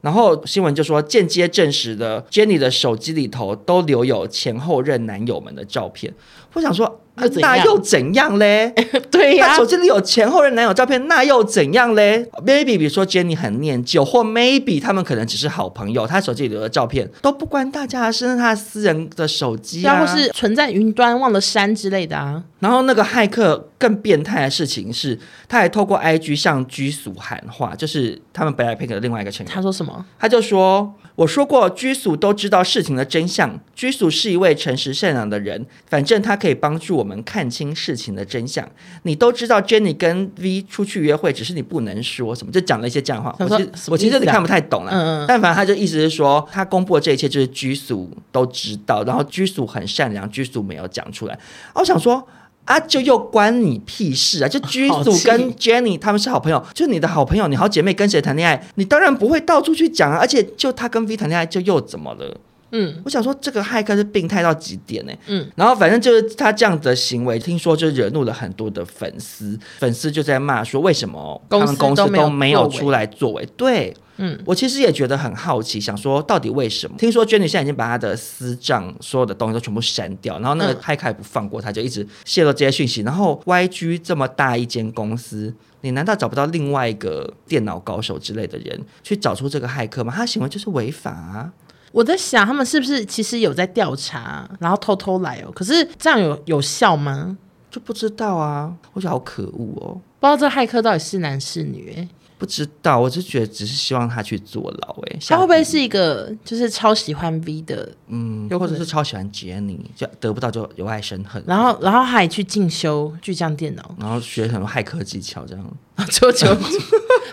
B: 然后新闻就说，间接证实了 Jenny 的手机里头都留有前后任男友们的照片。我想说，啊
C: 又怎样
B: 那又怎样嘞？
C: 嗯对
B: 她
C: 呀、
B: 手机里有前后任男友照片，那又怎样嘞？Maybe 比如说 Jenny 很念旧，或 Maybe 他们可能只是好朋友，她手机里留的照片都不关大家的事，那是她私人的手机
C: 要
B: 啊。
C: 或是存在云端忘了删之类的啊，
B: 然后那个骇客更变态的事情是，他还透过 IG 向居俗喊话，就是他们 BLACKPINK 的另外一个成员。
C: 他说什么？
B: 他就说：“我说过，居宿都知道事情的真相。居宿是一位诚实善良的人，反正他可以帮助我们看清事情的真相。你都知道 Jenny 跟 V 出去约会，只是你不能说什么，就讲了一些这样的话。
C: 想说
B: 我其实
C: 什么
B: 我其实
C: 意
B: 有
C: 思
B: 点
C: 啊
B: 看不太懂了，
C: 嗯嗯
B: 但反正他就意思是说，他公布的这一切就是居宿都知道，然后居宿很善良，居宿没有讲出来。啊我想说。”啊，就又关你屁事啊！就 居
C: 好
B: 组
C: 气
B: 跟 Jenny 他们是好朋友，就你的好朋友，你好姐妹跟谁谈恋爱，你当然不会到处去讲啊。而且就他跟 V 谈恋爱，就又怎么了？
C: 嗯
B: 我想说，这个骇客是病态到极点呢、
C: 嗯，
B: 然后反正就是他这样的行为，听说就惹怒了很多的粉丝，粉丝就在骂说，为什么他们公
C: 公司都
B: 司
C: 没有
B: 都没有
C: 作为
B: 出来作为？对，
C: 嗯，
B: 我其实也觉得很好奇，想说到底为什么？听说 Jenny 现在已经把她的私账所有的东西都全部删掉，然后那个
C: 嗯
B: 骇客还不放过她，就一直泄露这些讯息。然后 YG 这么大一间公司，你难道找不到另外一个电脑高手之类的人去找出这个骇客吗？他行为就是违法、啊。
C: 我在想他们是不是其实有在调查，然后偷偷来哦？可是这样有有效吗？
B: 就不知道啊，我觉得好可恶哦。
C: 不知道这骇客到底是男是女、欸？
B: 不知道，我就觉得只是希望他去坐牢、欸。哎，
C: 他会不会是一个就是超喜欢 V 的？
B: 嗯，
C: 有可
B: 或
C: 能
B: 者是超喜欢 Jenny，就得不到就由爱生恨，
C: 然后然后还去进修巨匠电脑，
B: 然后学很多骇客技巧这样。
C: 就就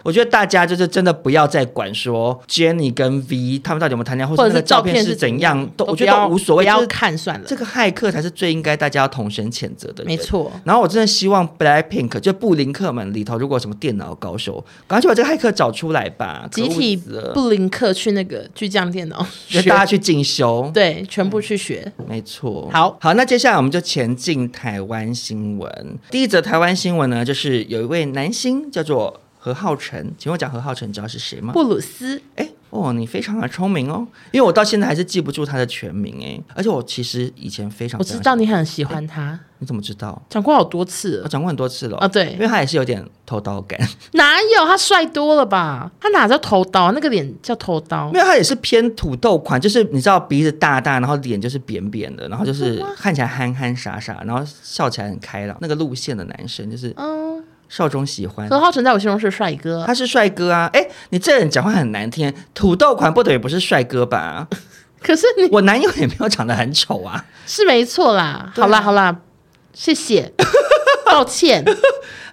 B: 我觉得大家就是真的不要再管说 Jenny 跟 V 他们到底有没有谈恋爱，或
C: 或
B: 者
C: 者
B: 那个
C: 是
B: 照
C: 片
B: 是怎样，都
C: 都
B: 我觉得都无所谓。
C: 不要
B: 就
C: 不
B: 是
C: 要看算了
B: 这。个骇客才是最应该大家要同声谴责的，
C: 没。错，
B: 然后我真的希望 Blackpink 就布林克们里头，如果有什么电脑高手，赶快去把这个骇客找出来吧！
C: 集
B: 可恶
C: 体
B: 死了
C: 布林克去那个巨匠电 脑
B: 就
C: 学，
B: 大家去进修，
C: 对，全
B: 嗯
C: 部去学。
B: 没错。
C: 好
B: 好，那接下来我们就前进台湾新闻。第一则台湾新闻呢，就是有一位男星叫做何浩晨，请问我讲何浩晨，你知道是谁吗？
C: 布鲁斯
B: 哎，哦，你非常的聪明哦，因为我到现在还是记不住他的全名哎，而且我其实以前非常
C: 我知道
B: 非常
C: 你很喜欢他，
B: 你怎么知道？
C: 讲过好多次
B: 哎我
C: 了。
B: 讲过很多次了哦
C: 啊对
B: 因为他也是有点偷刀感，
C: 哪有他帅多了吧？他哪叫头刀？那个脸叫头刀
B: 没。有他也是偏土豆款，就是你知道鼻子大大，然后脸就是扁扁的，然后就是看起来憨憨傻傻，然后笑起来很开朗那个路线的男生，就是
C: 嗯，
B: 少中喜欢。
C: 何浩晨在我心中是帅哥，
B: 他是帅哥啊！哎，你这人讲话很难听，土豆款不等于不是帅哥吧？
C: 可是你
B: 我男友也没有长得很丑啊。
C: 是没错啦。
B: 对啊
C: 好啦好啦，谢 谢，抱歉。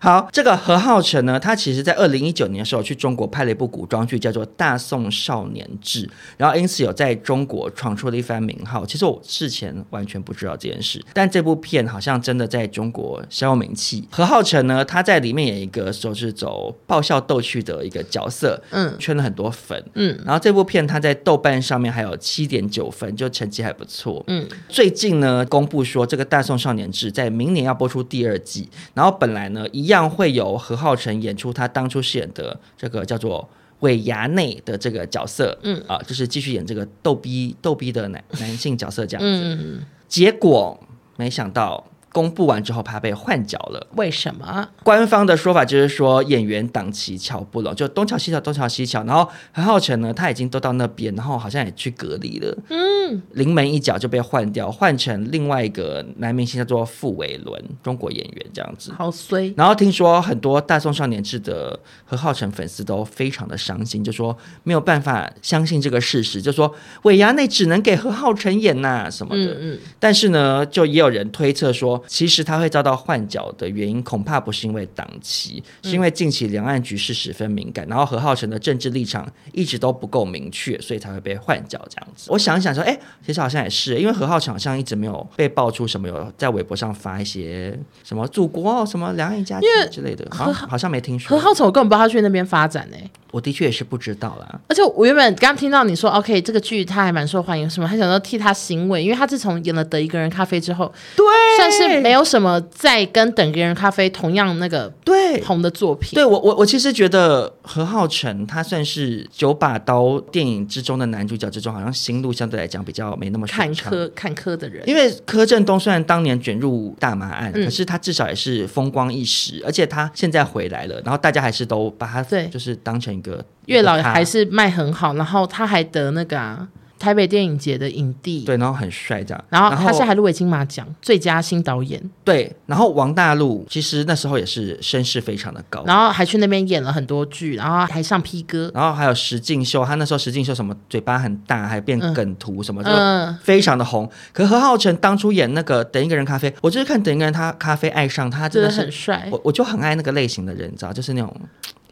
B: 好，这个何浩晨呢，他其实在二零一九年的时候去中国拍了一部古装剧，叫做《大宋少年志》，然后因此有在中国闯出了一番名号。其实我事前完全不知道这件事，但这部片好像真的在中国小有名气。何浩晨呢，他在里面演一个就是走爆笑逗趣的一个角色，
C: 嗯
B: 圈了很多粉。
C: 嗯
B: 然后这部片它在豆瓣上面还有七点九分，就成绩还不错。
C: 嗯，
B: 最近呢，公布说这个《大宋少年志》在明年要播出第二季，然后本来呢，一样会有何浩晨演出他当初饰演的这个叫做。尾牙内的这个角色，嗯啊、就是继续演这个逗逼逗逼的男男性角色这样。
C: 嗯，
B: 结果没想到公布完之后，他被换角了。
C: 为什么？
B: 官方的说法就是说演员档期瞧不拢，就东瞧西瞧，东瞧西瞧。然后何浩晨呢，他已经都到那边，然后好像也去隔离了，嗯，临门一脚就被换掉，换成另外一个男明星叫做傅伟伦，中国演员这样子。
C: 好衰，
B: 然后听说很多《大宋少年志》的何浩晨粉丝都非常的伤心，就说没有办法相信这个事实，就说尾牙内只能给何浩晨演呐、什么的。
C: 嗯
B: 但是呢，就也有人推测说，其实他会遭到换角的原因，恐怕不是因为党旗，是因为近期两岸局势十分敏感，然后何浩晨的政治立场一直都不够明确，所以才会被换角这样子。我想一想说，哎、其实好像也是，因为何浩晨好像一直没有被爆出什么有在微博上发一些什么祖国哦、什么两岸一家亲之类的，好像好像没听
C: 何
B: 说。
C: 浩晨我根本不知道他去那边发展欸呢、
B: 我的确也是不知道啦。
C: 而且我原本刚听到你说 OK 这个剧他还蛮受欢迎，什么还想到替他欣慰，因为他自从演了《德一个人咖啡》之后，
B: 对，
C: 算是没有什么再跟《等一个人咖啡》同样那个
B: 对
C: 红的作品。
B: 对我，我我其实觉得何浩晨他算是九把刀电影之中的男主角之中，好像心路相对来讲比较没那么
C: 坎
B: 顺畅。
C: 坷坎坷的人，
B: 因为柯震东虽然当年卷入大麻案，
C: 嗯
B: 可是他至少也是风光一时，而且他现在回来了，然后大家还是都把他
C: 对
B: 就是当成一个
C: 月老
B: 一个他
C: 还是卖很好，然后他还得那个、啊、台北电影节的影帝，
B: 对，然后很帅这样，
C: 然后他现在还入围金马奖最佳新导演，
B: 对，然后王大陆其实那时候也是身世非常的高，
C: 然后还去那边演了很多剧，然后还上 P 哥，
B: 然后还有石敬秀，他那时候石敬秀什么嘴巴很大，还变
C: 嗯
B: 梗图什么，就
C: 嗯，
B: 非常的红。可何浩晨当初演那个《等一个人咖啡》，我就是看《等一个人他咖啡》爱上他，
C: 真
B: 真的
C: 的
B: 是
C: 很帅，
B: 我我就很爱那个类型的人，你知道，就是那种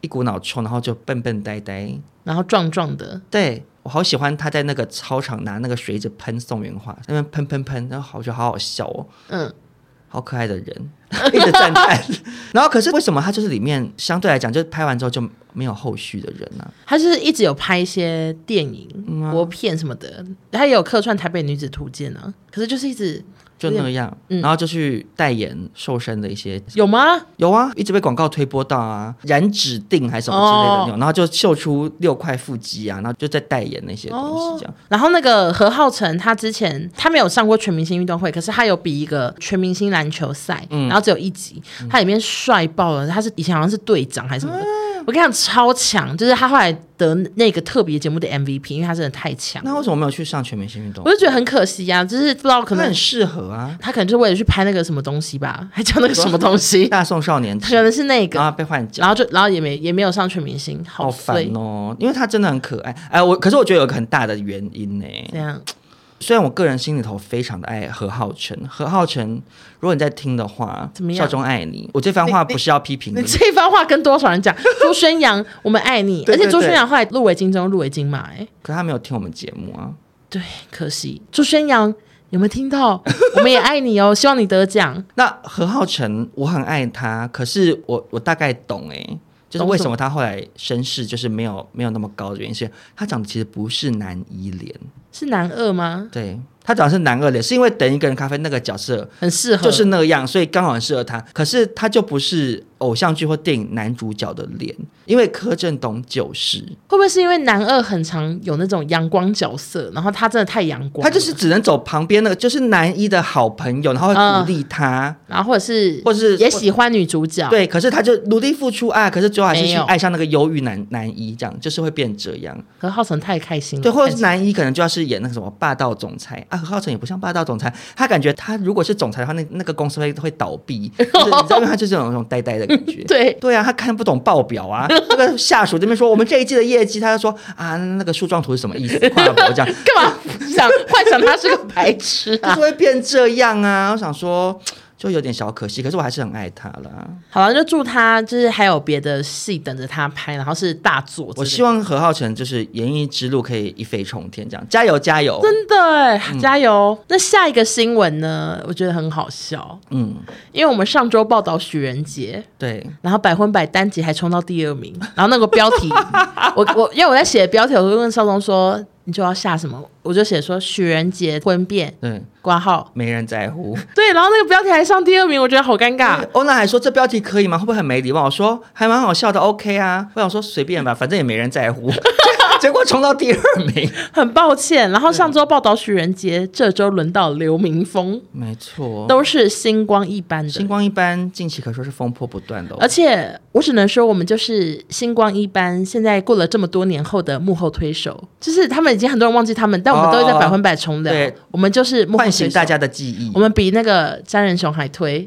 B: 一股脑冲，然后就笨笨呆呆。
C: 然后壮壮的，
B: 对我好喜欢他在那个操场拿那个水一直喷宋元华，那边喷喷喷，然后好我觉得好好笑哦，
C: 嗯，
B: 好可爱的人， 一直赞 叹。然后可是为什么他就是里面相对来讲，就是拍完之后就没有后续的人呢、啊
C: 他就是一直有拍一些电影、
B: 嗯
C: 国片什么的，他也有客串《台北女子图鉴》啊，可是就是一直
B: 就那样，
C: 嗯
B: 然后就去代言瘦身的一些
C: 有吗？
B: 有啊，一直被广告推播到啊，染指定还是什么之类的
C: 哦
B: 那种，然后就秀出六块腹肌啊，然后就在代言那些东西这样。
C: 然后那个何浩晨，他之前他没有上过全明星运动会，可是他有比一个全明
B: 嗯啊
C: 星篮球赛，然后只有一集，他里面帅爆了，他是以前好像是队长还是什么的。我跟你讲超强，就是他后来得那个特别节目的 MVP，因为他真的太强了。
B: 那为什么没有去上全明星运动
C: 我？就觉得很可惜呀、就是不知道可
B: 那
C: 能
B: 很适合啊，
C: 他可能就是为了去拍那个什么东西吧，还叫那个 什么东 西，
B: 大宋 少年
C: 可能是那个，
B: 啊被换角。
C: 然后就然后也没也没有上全明星，
B: 好烦
C: 碎，
B: 哦，因为他真的很可爱。哎，我可是我觉得有一个很大的原因呢、
C: 这样
B: 虽然我个人心里头非常的爱何浩晨，何浩晨，如果你在听的话
C: 怎么，样
B: 少中爱你。我这番话不是要批评
C: 你
B: 你，
C: 这番话跟多少人讲？朱宣阳，我们爱你，
B: 对
C: 而且
B: 对
C: 朱宣
B: 对
C: 阳后来入围金钟，入围金马、哎，
B: 可他没有听我们节目啊。
C: 对，可惜朱宣阳有没有听到？我们也爱你哦，希望你得奖。
B: 那何浩晨，我很爱他，可是我我大概懂哎、就是为什么他后来身世就是没有没有那么高的原因，是他长得其实不是男一脸，
C: 是男二吗？
B: 对他长得是男二脸，是因为等一个人咖啡那个角色
C: 很适合，
B: 就是那样，所以刚好很适合他。可是他就不是偶像剧或电影男主角的脸，因为柯震东就是，
C: 会不会是因为男二很常有那种阳光角色，然后他真的太阳光了，
B: 他就是只能走旁边那个，就是男一的好朋友，然后会鼓励他。
C: 然后或者是
B: 或是
C: 也喜欢女主角，，
B: 对，可是他就努力付出啊爱，可是最后还是
C: 啊没
B: 去
C: 有
B: 爱上那个忧郁男男一，这样就是会变这样。
C: 可浩辰太开心了，
B: 对，或者
C: 太
B: 是男一可能就要是演那个什么霸道总裁啊，何浩晨也不像霸道总裁，他感觉他如果是总裁的话，那那个公司会会倒 闭，就是你知道，因为他就是有那种呆呆的感觉。
C: 对。
B: 对啊，他看不懂报表啊， 那个下属这边说我们这一季的业绩，他就说啊那个树状图是什么意思？跨博 这样，
C: 干嘛想幻想他是个白痴
B: 就
C: 啊
B: 是？会变这样啊。我想说，就有点小可惜，可是我还是很爱他啦。
C: 好了，就祝他就是还有别的戏等着他拍，然后是大作。
B: 我希望何浩晨就是演艺之路可以一飞冲天，这样加油加油！
C: 真的、加油！那下一个新闻呢？我觉得很好笑，
B: 嗯，
C: 因为我们上周报道许仁杰，
B: 对，
C: 然后百分百单集还冲到第二名，然后那个标 题，我我因为我在写标题，我就问少东说你就要下什么，我就写说许仁杰婚变
B: 对，
C: 挂号，
B: 没人在乎。
C: 对，然后那个标题还上第二名，我觉得好尴尬。
B: 欧娜还说这标题可以吗？会不会很没礼貌？我说还蛮好笑的，OK 啊。我想说随便吧，反正也没人在乎。 结果冲到第二名，
C: 很抱歉，然后
B: 嗯
C: 上周报道许仁杰，这周轮到刘明峰，
B: 没错。
C: 都是星光一般的。
B: 星光一般近期可说是风波不断的、哦
C: 而且我只能说，我们就是星光一般，现在过了这么多年后的幕后推手，就是他们已经很多人忘记他们，但我们都会在
B: 哦
C: 百分百重聊。
B: 对
C: 我们就是幕后
B: 唤
C: 推
B: 醒
C: 手，
B: 大家的记忆
C: 我。们比那个詹仁雄还 推。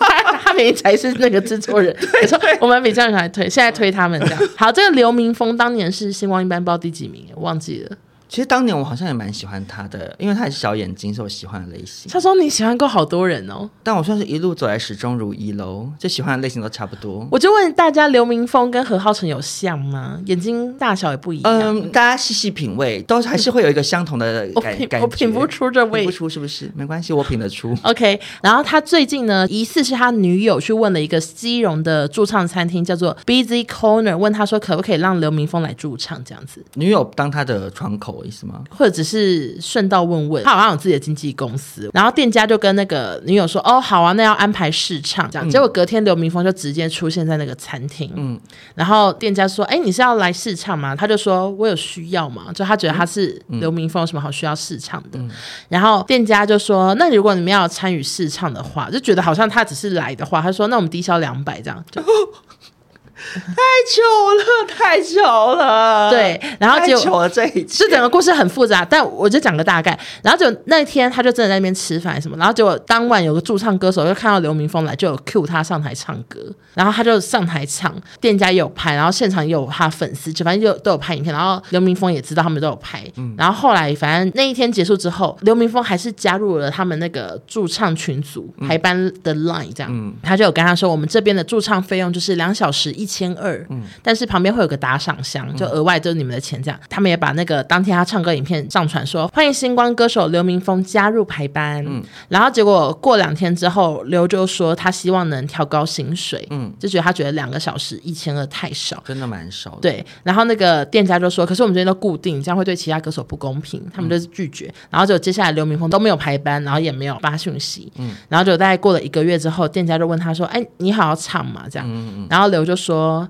C: 他他明明才是那个制作人，没错，我们比詹仁雄还推，现在推他们这 样。好，这个刘明峰当年是星光一般不知道第几名，我忘记了。
B: 其实当年我好像也蛮喜欢他的，因为他也是小眼睛，是我喜欢的类型。
C: 他说你喜欢过好多人哦，
B: 但我算是一路走来始终如一喽，就喜欢的类型都差不多。
C: 我就问大家，刘明峰跟何浩晨有像吗？眼睛大小也不一样。
B: 嗯，大家细细品味，都还是会有一个相同的
C: 我
B: 感
C: 品
B: 感觉。
C: 我品不出这味啊
B: 品不出是不是？没关系，我品得出。
C: OK，然后他最近呢，疑似是他女友去问了一个基隆的驻唱餐厅，叫做 Busy Corner，问他说可不可以让刘明峰来驻唱这样子，
B: 女友当他的窗口意思吗？
C: 或者只是顺道问问。他好像有自己的经纪公司，然后店家就跟那个女友说，哦，好啊，那要安排试唱这样。结果隔天刘明峰就直接出现在那个餐厅，嗯，然后店家说，哎，你是要来试唱吗？他就说我有需要吗？就他觉得他是刘明峰，有什么好需要试唱的？然后店家就说：“那如果你们要参与试唱的话，就觉得好像他只是来的话，他说那我们低消两百这样。就
B: 太糗了，太糗了。
C: 对然后
B: 太
C: 结果
B: 糗了这一”
C: 这
B: 次。
C: 整个故事很复杂，但我就讲个大概。然后就那天他就真的在那边吃饭什么，然后结果当晚有个驻唱歌手就看到刘明峰来，就有 cue 他上台唱歌，然后他就上台唱，店家也有拍，然后现场也有他粉丝，就反正就都有拍影片，然后刘明峰也知道他们都有拍，然后后来反正那一天结束之后，刘明峰还是加入了他们那个驻唱群组排班的 line 这样，他就有跟他说，我们这边的驻唱费用就是两小时一千二，但是旁边会有个打赏箱，就额外就是你们的钱这样。他们也把那个当天他唱歌影片上传说，欢迎星光歌手刘明峰加入排班，然后结果过两天之后，刘就说他希望能调高薪水，
B: 嗯
C: 就觉得他觉得两个小时一千二太少，
B: 真的蛮少的，
C: 对，然后那个店家就说：“可是我们这边都固定，这样会对其他歌手不公平。”他
B: 嗯
C: 们就是拒绝。然后就接下来刘明峰都没有排班，然后也没有发讯息。然后就大
B: 嗯
C: 概过了一个月之后，店家就问他说：“哎，你好好唱嘛？”这样，然后刘就说。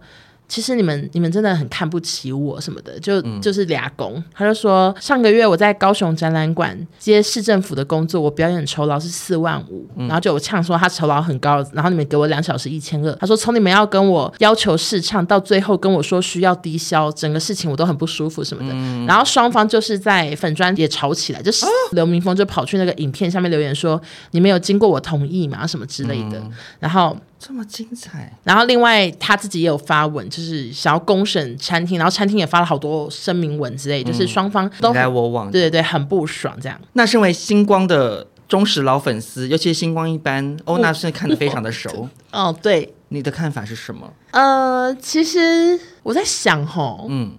C: 其实你们你们真的很看不起我什么的，就、就是俩工。他就说上个月我在高雄展览馆接市政府的工作，我表演酬劳是四万五、然后就有呛说他酬劳很高，然后你们给我两小时一千二。他说从你们要跟我要求试唱到最后跟我说需要低消，整个事情我都很不舒服什么的。然后双方就是在粉砖也吵起来，就是刘明峰就跑去那个影片下面留言说你们有经过我同意吗？什么之类的。然后
B: 这么精彩，
C: 然后另外他自己也有发文，就是想要公审餐厅，然后餐厅也发了好多声明文之类，就是双方都很
B: 你来我往。
C: 对对对很不爽这样。
B: 那身为星光的忠实老粉丝，尤其是星光一班，欧娜是看得非常的熟。
C: 哦，对，
B: 你的看法是什么？
C: 呃，其实我在想吼，
B: 嗯，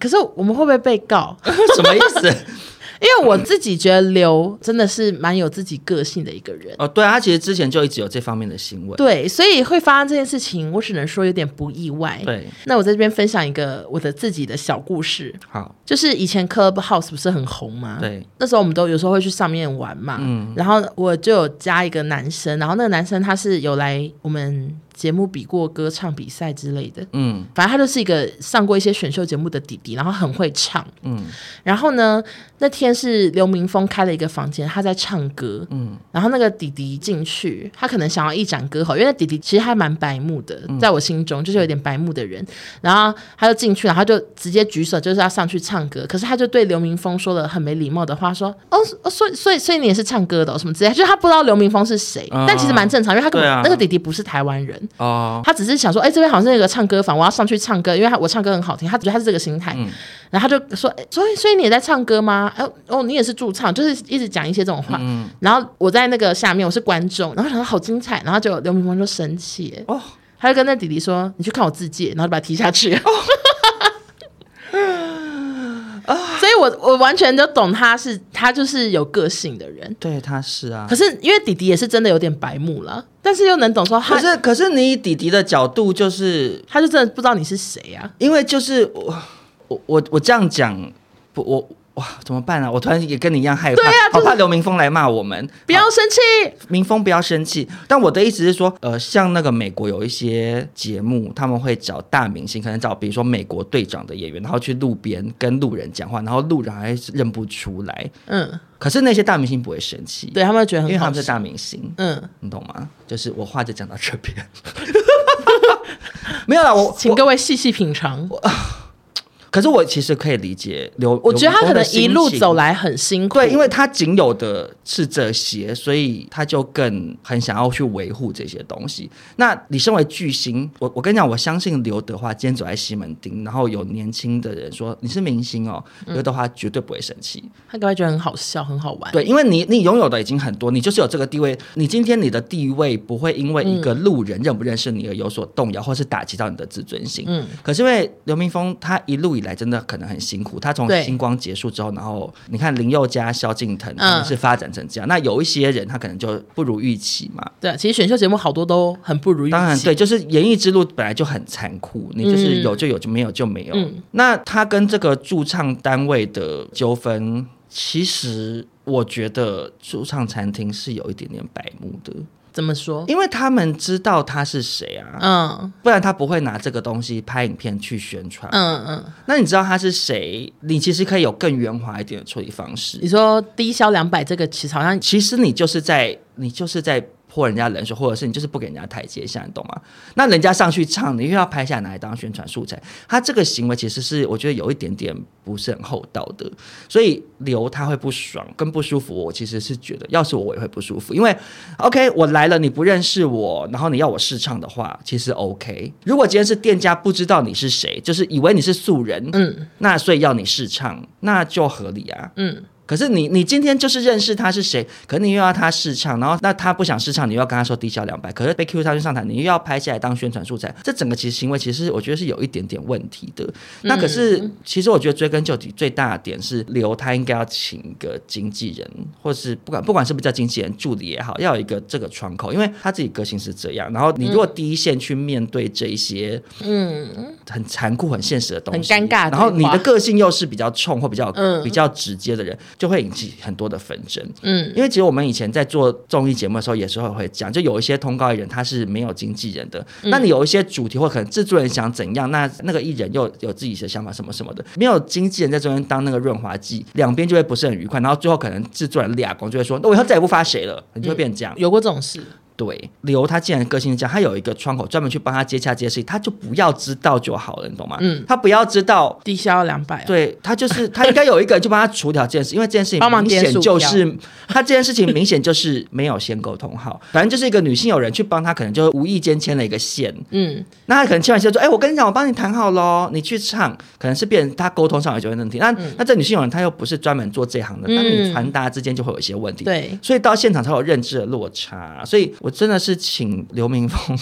C: 可是我们会不会被告？
B: 什么意思？
C: 因为我自己觉得刘真的是蛮有自己个性的一个人。
B: 哦，对啊，他其实之前就一直有这方面的新闻。
C: 对，所以会发生这件事情，我只能说有点不意外。，
B: 对，
C: 那我在这边分享一个我的自己的小故事，
B: 好，
C: 就是以前 Clubhouse 不是很红吗？
B: 对，
C: 那时候我们都有时候会去上面玩嘛，然后我就有加一个男生，然后那个男生他是有来我们节目比过歌唱比赛之类的，
B: 嗯
C: 反正他就是一个上过一些选秀节目的弟弟，然后很会唱，
B: 嗯
C: 然后呢那天是刘明峰开了一个房间，他在唱歌，
B: 嗯
C: 然后那个弟弟进去，他可能想要一展歌喉，因为那弟弟其实还蛮白目的，
B: 嗯
C: 在我心中就是有点白目的人。然后他就进去，然后就直接举手，就是要上去唱歌。可是他就对刘明峰说了很没礼貌的话，说：“哦，哦所以所以所以你也是唱歌的、哦、什么之类的。”就是他不知道刘明峰是谁，
B: 嗯
C: 但其实蛮正常，因为他根本、
B: 对啊
C: 那个弟弟不是台湾人，
B: 哦，
C: 他只是想说：“哎，这边好像是有个唱歌房，我要上去唱歌，因为他我唱歌很好听。”他觉得他是这个心
B: 嗯
C: 态，然后他就说：“哎，所以所以你也在唱歌吗？哦哦，你也是驻唱，就是一直讲一些这种话。
B: 嗯
C: 然后我在那个下面，我是观众，然后想到好精彩，然后就刘明峰就生气耶，
B: 哦，
C: 他就跟那弟弟说：“你去看我自介。”然后就把他踢下去。 所以我我完全就懂他是他就是有个性的人，
B: 对，他是啊
C: 可。是因为弟弟也是真的有点白目了，但是又能懂说他
B: 可是可是你以弟弟的角度，就是
C: 他就真的不知道你是谁啊。
B: 因为就是我我我我这样讲，不我。哇，怎么办啊？我突然也跟你一样害怕，
C: 对啊就是
B: 好怕刘明峰来骂我们。
C: 不要生气，
B: 民风不要生气。但我的意思是说，呃，像那个美国有一些节目，他们会找大明星，可能找比如说美国队长的演员，然后去路边跟路人讲话，然后路人还认不出来。
C: 嗯，
B: 可是那些大明星不会生气，
C: 对他们觉得
B: 因为
C: 很
B: 他
C: 好
B: 们是
C: 笑，
B: 大明星，
C: 嗯，
B: 你懂吗？就是我话就讲到这边， 没有啦，我
C: 请
B: 我
C: 各位细细品尝。
B: 可是我其实可以理解刘，
C: 我觉得他
B: 刘
C: 可
B: 明峰的
C: 能一路
B: 心情
C: 走。来很辛苦，
B: 对，因为他仅有的是这些，所以他就更很想要去维护这些东西。那你身为巨星，我我跟你讲，我相信刘德华今天走在西门町，然后有年轻的人说你是明星哦，
C: 嗯
B: 刘德华绝对不会生气。
C: 他可能觉得很好笑，很好玩。
B: 对，因为你你拥有的已经很多，你就是有这个地位，你今天你的地位不会因为一个
C: 嗯
B: 路人认不认识你而有所动摇，或是打击到你的自尊心。
C: 嗯
B: 可是因为刘明峰他一路以来真的可能很辛苦，他从
C: 对
B: 星光结束之后，然后你看林宥嘉、萧敬腾
C: 嗯
B: 他们是发展成这样，那有一些人他可能就不如预期嘛。
C: 对，其实选秀节目好多都很不如意。
B: 当然，对，，就是演艺之路本来就很残酷，你就是有就有，就没有就没有。
C: 嗯
B: 那他跟这个驻唱单位的纠纷，其实我觉得驻唱餐厅是有一点点白目的，
C: 怎么说？
B: 因为他们知道他是谁啊，
C: 哦嗯
B: 不然他不会拿这个东西拍影片去宣传。
C: 嗯嗯，
B: 那你知道他是谁，你其实可以有更圆滑一点的处理方
C: 你
B: 式。
C: 说低消两百这个其实好像
B: 其实你就是在你就是在泼人家冷水，或者是你就是不给人家台阶下，你懂吗？那人家上去唱，你又要拍下来当宣传素材，他这个行为其实是我觉得有一点点不是很厚道的，所以留他会不爽跟不舒服。我其实是觉得，要是我我也会不舒服，因为 OK 我来了你不认识我，然后你要我试唱的话，其实 OK。如果今天是店家不知道你是谁，就是以为你是素人，
C: 嗯
B: 那所以要你试唱，那就合理啊。
C: 嗯，
B: 可是你你今天就是认识他是谁，可是你又要他试唱，然后那他不想试唱，你又要跟他说低消两百，可是被 Q 上去上台，你又要拍下来当宣传素材，这整个其实行为其实我觉得是有一点点问题的。那可是、其实我觉得追根究底最大的点是刘他应该要请一个经纪人，或是不管不管是不是叫经纪人助理也好，要有一个这个窗口，因为他自己个性是这样，然后你如果第一线去面对这一些嗯很残酷很现实的东西，
C: 很尴尬的
B: 然后你
C: 话
B: 的个性又是比较冲或比较、
C: 嗯
B: 比较直接的人，就会引起很多的纷争。
C: 嗯
B: 因为其实我们以前在做综艺节目的时候，也是会会讲，就有一些通告艺人他是没有经纪人的，
C: 嗯
B: 那你有一些主题或可能制作人想怎样，那那个艺人又有自己的想法什么什么的，没有经纪人在中间当那个润滑剂，两边就会不是很愉快，然后最后可能制作人俩公就会说，那我以后再也不发谁了，你就会变成这样。
C: 有过这种事，
B: 对，刘他既然个性是这样，他有一个窗口专门去帮他接洽这些事情，他就不要知道就好了，你懂吗？
C: 嗯，哎
B: 他不要知道。
C: 低消两百，，啊
B: 对他就是他应该有一个人去帮他除掉这件事，因为这件事情
C: 帮忙
B: 明
C: 点
B: 显
C: 鼠
B: 就
C: 标
B: 是 他这件事情明显就是没有先沟通好，反正就是一个女性友人去帮他，可能就无意间牵了一个线，
C: 嗯，
B: 那他可能签完线说，哎、我跟你讲，我帮你谈好喽，你去唱，可能是变成他沟通上有些问题。那、那这女性友人她又不是专门做这行的，那、
C: 嗯
B: 你传达之间就会有一些问题。
C: 对，
B: 所以到现场才有认知的落差。所以我真的是请刘明峰，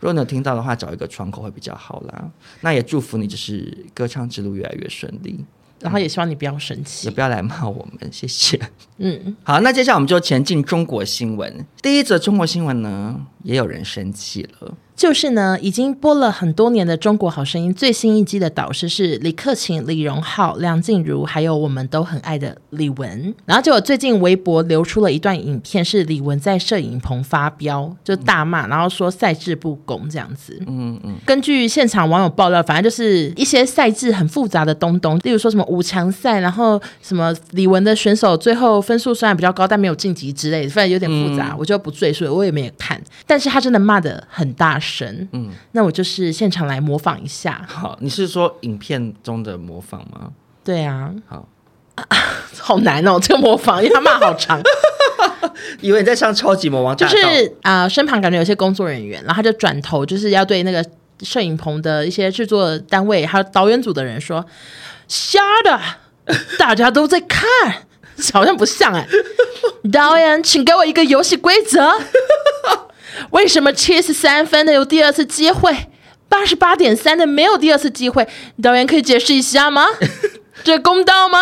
B: 如果你有听到的话，找一个窗口会比较好啦。那也祝福你，就是歌唱之路越来越顺利，
C: 然后也希望你不要生
B: 也
C: 气，
B: 不要来骂我们，谢谢。
C: 嗯，
B: 好，那接下来我们就前进中国新闻。第一则中国新闻呢，也有人生气了。
C: 就是呢，已经播了很多年的《中国好声音》最新一季的导师是李克勤、李荣浩、梁静茹，还有我们都很爱的李玟。然后结果最近微博流出了一段影片，是李玟在摄影棚发飙，就大骂，然后说赛制不公这样子。
B: 嗯嗯，
C: 根据现场网友爆料，反正就是一些赛制很复杂的东东，例如说什么五强赛，然后什么李玟的选手最后分数虽然比较高，但没有晋级之类的，反正有点复杂，我就不赘述了，我也没有看。但是他真的骂的很大声，嗯，那我就是现场来模仿一下，
B: 好，你是说影片中的模仿吗？
C: 对啊，
B: 好，
C: 好难哦，这个模仿，因为他骂好长，
B: 以为你在上超级魔王
C: 就
B: 大道，
C: 是啊、身旁感觉有些工作人员，然后他就转头就是要对那个摄影棚的一些制作单位还有导演组的人说：“瞎 的，大家都在看， 好像不像哎、导演，请给我一个游戏规 则，为什么七十三分的有第二次机会，八十八点三的没有第二次机会？导演可以解释一下 吗？这公道吗？”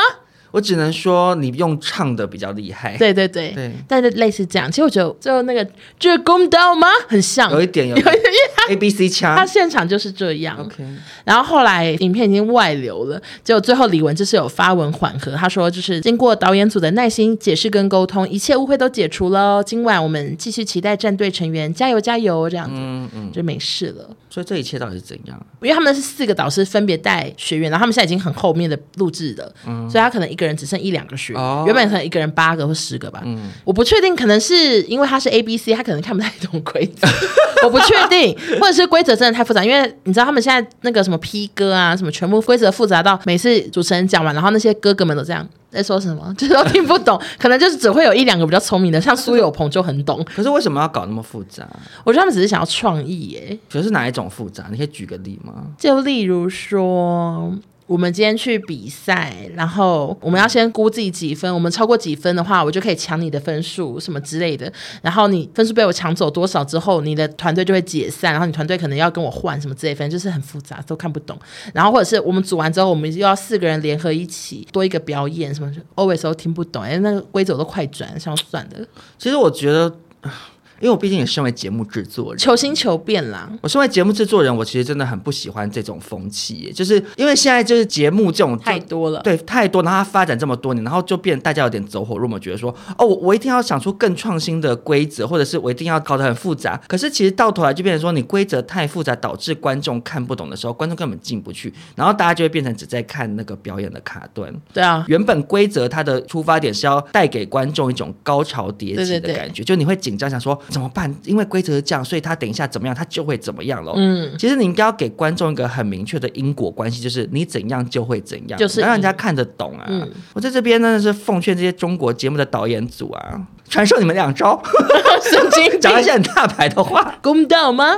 B: 我只能说你用唱的比较厉害，
C: 对对对，
B: 哎对
C: 但是类似这样，其实我觉得最后那个这公道吗？很像，
B: 有一点有
C: 有一点，因为他
B: A B C
C: 他
B: 枪。
C: 现场就是这样。
B: OK，
C: 然后后来影片已经外流了，结果最后李玟就是有发文缓和，他说就是经过导演组的耐心解释跟沟通，一切误会都解除了。今晚我们继续期待战队成员加油加油这样子，
B: 嗯嗯，
C: 就没事了。
B: 所以这一切到底是怎样？
C: 因为他们是四个导师分别带学员，然后他们现在已经很后面的录制了，所以他可能一个人只剩一两个学员，
B: 哦
C: 原本可能一个人八个或十个吧，我不确定，可能是因为他是 A B C，他可能看不太懂规则， 我不确定，或者是规则真的太复杂，因为你知道他们现在那个什么 P 歌啊，什么全部规则复杂到每次主持人讲完，然后那些哥哥们都这样。在说什么， 就是都听不懂，可能就是只会有一两个比较聪明的，像苏有朋就很懂。
B: 可是为什么要搞那么复杂？
C: 我觉得他们只是想要创意耶、
B: 可是哪一种复杂？你可以举个例吗？
C: 就例如说，我们今天去比赛，然后我们要先估自己几分，我们超过几分的话，我就可以抢你的分数什么之类的。然后你分数被我抢走多少之后，你的团队就会解散，然后你团队可能要跟我换什么之类，反正就是很复杂，都看不懂。然后或者是我们组完之后，我们又要四个人联合一起多一个表演什么，always 都听不懂，哎，那个规则我都快转，想算了，
B: 其实我觉得，啊因为我毕竟也身为节目制作人，
C: 求新求变啦。
B: 我身为节目制作人，我其实真的很不喜欢这种风气耶，就是因为现在就是节目这种
C: 太多了，
B: 对，太多，然后它发展这么多年，然后就变大家有点走火入魔，觉得说，哦，我我一定要想出更创新的规则，或者是我一定要搞得很复杂。可是其实到头来就变成说，你规则太复杂，导致观众看不懂的时候，观众根本进不去，然后大家就会变成只在看那个表演的卡段。
C: 对啊，
B: 原本规则它的出发点是要带给观众一种高潮迭
C: 对
B: 起
C: 对
B: 的
C: 对
B: 感觉，就你会紧张，想说怎么办？因为规则是这样，所以他等一下怎么样，他就会怎么样咯。
C: 嗯，
B: 其实你应该要给观众一个很明确的因果关系，就是你怎样就会怎样，
C: 就是
B: 要让人家看得懂啊。
C: 嗯
B: 我在这边真的是奉劝这些中国节目的导演组啊， 传授你们 两招，
C: 神经病
B: 讲一些很大牌的话，
C: 公道吗？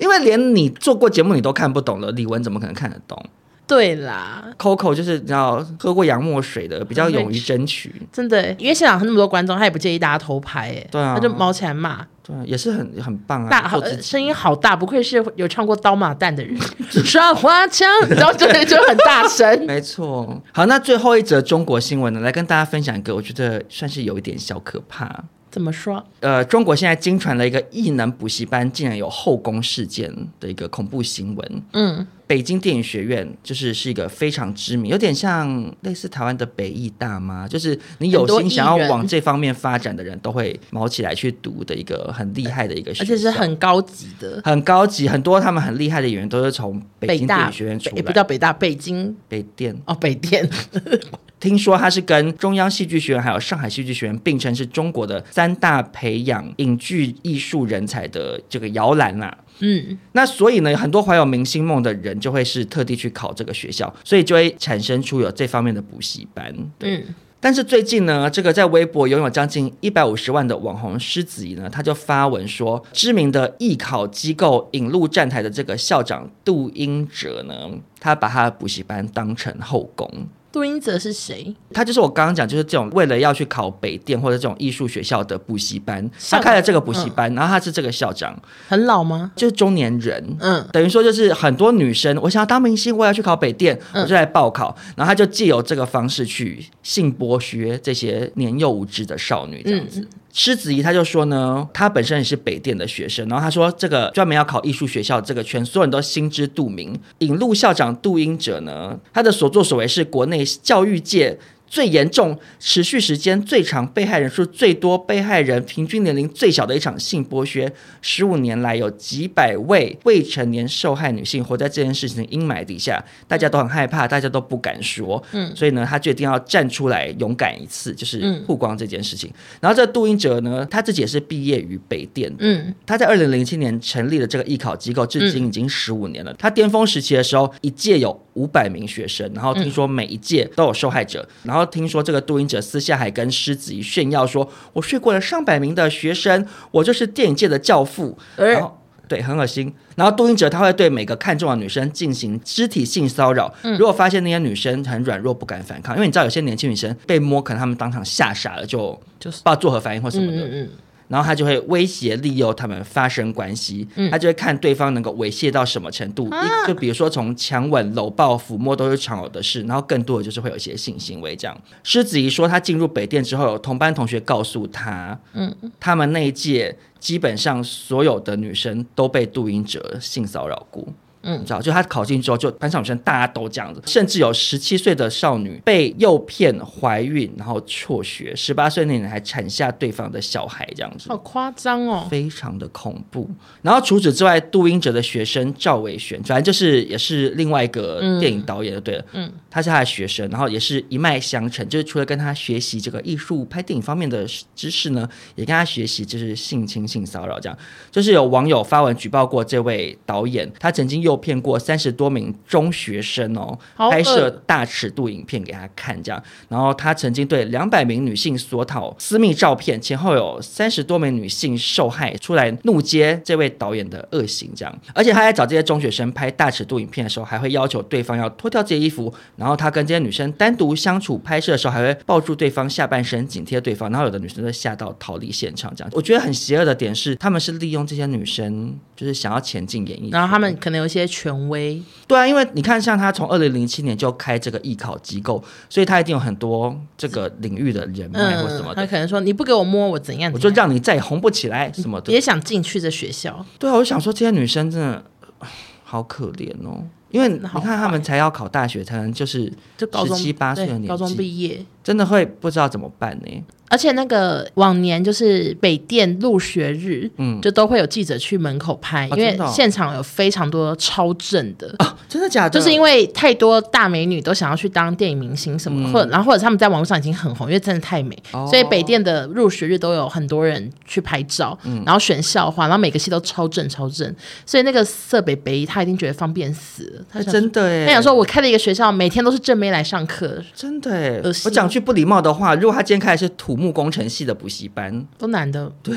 B: 因为连你做过节目你都看不懂了，李玟怎么可能看得懂
C: 对啦，
B: ？Coco 就是你知道喝过洋墨水的，比较勇于争取。
C: 真的，欸因为现场那么多观众，他也不介意大家偷拍、哎，
B: 对啊
C: 他就毛起来骂，
B: 对，啊也是很很棒啊，
C: 大好、
B: 做自
C: 呃
B: 己
C: 声音好大，不愧是有唱过刀马旦的人， 耍花枪，然后就就很大声，
B: 没错。好，那最后一则中国新闻呢，来跟大家分享一个，我觉得算是有一点小可怕。
C: 怎么说？
B: 呃，中国现在经传了一个异能补习班竟然有后宫事件的一个恐怖新闻。
C: 嗯，
B: 北京电影学院就是是一个非常知名，有点像类似台湾的北艺大吗？就是你有
C: 很多
B: 心
C: 艺
B: 想要
C: 人
B: 往这方面发展的人都会毛起来去读的一个很厉害的一个学校，
C: 而且是很高级的
B: 很高级，很多他们很厉害的演员都是从北京电
C: 大
B: 影学院出
C: 北不
B: 来。
C: 叫北大，北京
B: 北电，
C: 哦，北电
B: 听说他是跟中央戏剧学院还有上海戏剧学院并称是中国的三大培养影剧艺术人才的这个摇篮啦、
C: 嗯，
B: 那所以呢，很多怀有明星梦的人就会是特地去考这个学校，所以就会产生出有这方面的补习班。
C: 嗯，
B: 但是最近呢，这个在微博拥有将近一百五十万的网红狮子仪呢，他就发文说，知名的艺考机构引路站台的这个校长杜英哲呢，他把他的补习班当成后宫。
C: 杜英泽是谁？
B: 他就是我刚刚讲，就是这种为了要去考北电或者这种艺术学校的补习班，
C: 校
B: 他
C: 长嗯
B: 开了这个补习班，然后他是这个校长，
C: 很老吗？
B: 就是中年人，
C: 嗯，
B: 等于说就是很多女生，我想要当明星，我也要去考北电，
C: 嗯
B: 我就来报考，然后他就借由这个方式去性剥削这些年幼无知的少女，这样
C: 嗯
B: 子。狮子仪他就说呢，他本身也是北电的学生，然后他说这个专门要考艺术学校这个圈，所有人都心知肚明。引路校长杜英哲呢，他的所作所为是国内教育界最严重、持续时间最长、被害人数最多、被害人平均年龄最小的一场性剥削。十五年来，有几百位未成年受害女性活在这件事情的阴霾底下，大家都很害怕，大家都不敢说。
C: 嗯
B: 嗯，所以呢，他决定要站出来，勇敢一次，就是
C: 嗯
B: 曝光这件事情。然后这杜英哲呢，他自己也是毕业于北电的。
C: 嗯，
B: 他在二零零七年成立了这个艺考机构，至今已经十五年了。他巅峰时期的时候，一届有五百名学生，然后听说每一届都有受害者，然后听说这个杜英者私下还跟狮子仪炫耀说：“我睡过了上百名的学生，我就是电影界的教父。”然
C: 而
B: 后对，很恶心。然后杜英哲他会对每个看中的女生进行肢体性骚扰，如果发现那些女生很软弱不敢反抗，因为你知道有些年轻女生被摸，可能她们当场吓傻了，就
C: 就
B: 就是不知道作何反应或什么的。
C: 嗯嗯
B: 然后他就会威胁利诱他们发生关系，
C: 嗯
B: 他就会看对方能够猥亵到什么程度，
C: 啊
B: 一就比如说从强吻、搂抱、抚摸都是常有的事，然后更多的就是会有一些性行为这样。狮子仪说，他进入北电之后，有同班同学告诉他，
C: 嗯
B: 嗯，他们那一届基本上所有的女生都被杜英哲性骚扰过。
C: 嗯
B: 嗯，你知道，就他考进之后，就班上女生大家都这样子，甚至有十七岁的少女被诱骗怀孕，然后辍学，十八岁那年还产下对方的小孩，这样子。
C: 好夸张哦，
B: 非常的恐怖。然后除此之外，杜英哲的学生赵伟璇，反正就是也是另外一个电影导演就对了，
C: 嗯
B: 嗯，他是他的学生，然后也是一脉相承，就是除了跟他学习这个艺术拍电影方面的知识呢，也跟他学习就是性侵、性骚扰这样。就是有网友发文举报过这位导演，他曾经诱骗过三十多名中学生哦，
C: 好恶
B: 拍摄大尺度影片给他看，这样。然后他曾经对两百名女性索讨私密照片，前后有三十多名女性受害，出来怒揭这位导演的恶行，这样。而且他在找这些中学生拍大尺度影片的时候，还会要求对方要脱掉自己的衣服，然后他跟这些女生单独相处拍摄的时候，还会抱住对方下半身，紧贴对方，然后有的女生就吓到逃离现场，这样。我觉得很邪恶的点是，他们是利用这些女生，就是想要前进演艺圈，嗯
C: 然后他们可能有一些权威，
B: 对啊，因为你看，像他从二零零七年就开这个艺考机构，所以他一定有很多这个领域的人脉或什么
C: 嗯，
B: 的。
C: 他可能说你不给我摸我怎样，
B: 我就
C: 怎样
B: 让你再也红不起来什么
C: 也
B: 的。
C: 想进去这学校，
B: 对啊，我就想说这些女生真的唉好可怜哦，因为你
C: 好
B: 看她们才要考大学，才能就是
C: 就高中
B: 17 18岁的
C: 对
B: 年纪
C: 高中毕业。
B: 真的会不知道怎么办呢。
C: 而且那个往年就是北电入学日，
B: 嗯
C: 就都会有记者去门口拍，
B: 啊
C: 因为
B: 真的哦
C: 现场有非常多超正的，
B: 啊真的假的？
C: 就是因为太多大美女都想要去当电影明星什么，或者然后或者他们在网络上已经很红，因为真的太美，
B: 嗯哦
C: 所以北电的入学日都有很多人去拍照，
B: 嗯
C: 然后选校花，然后每个系都超正超正，所以那个色北北他一定觉得方便死了，他
B: 哎
C: 想
B: 真的哎，
C: 他想说，我开了一个学校，每天都是正妹来上课，
B: 真的哎
C: 恶心。
B: 我讲句不礼貌的话，如果他今天开的是土木工程系的补习班，
C: 都男的，对，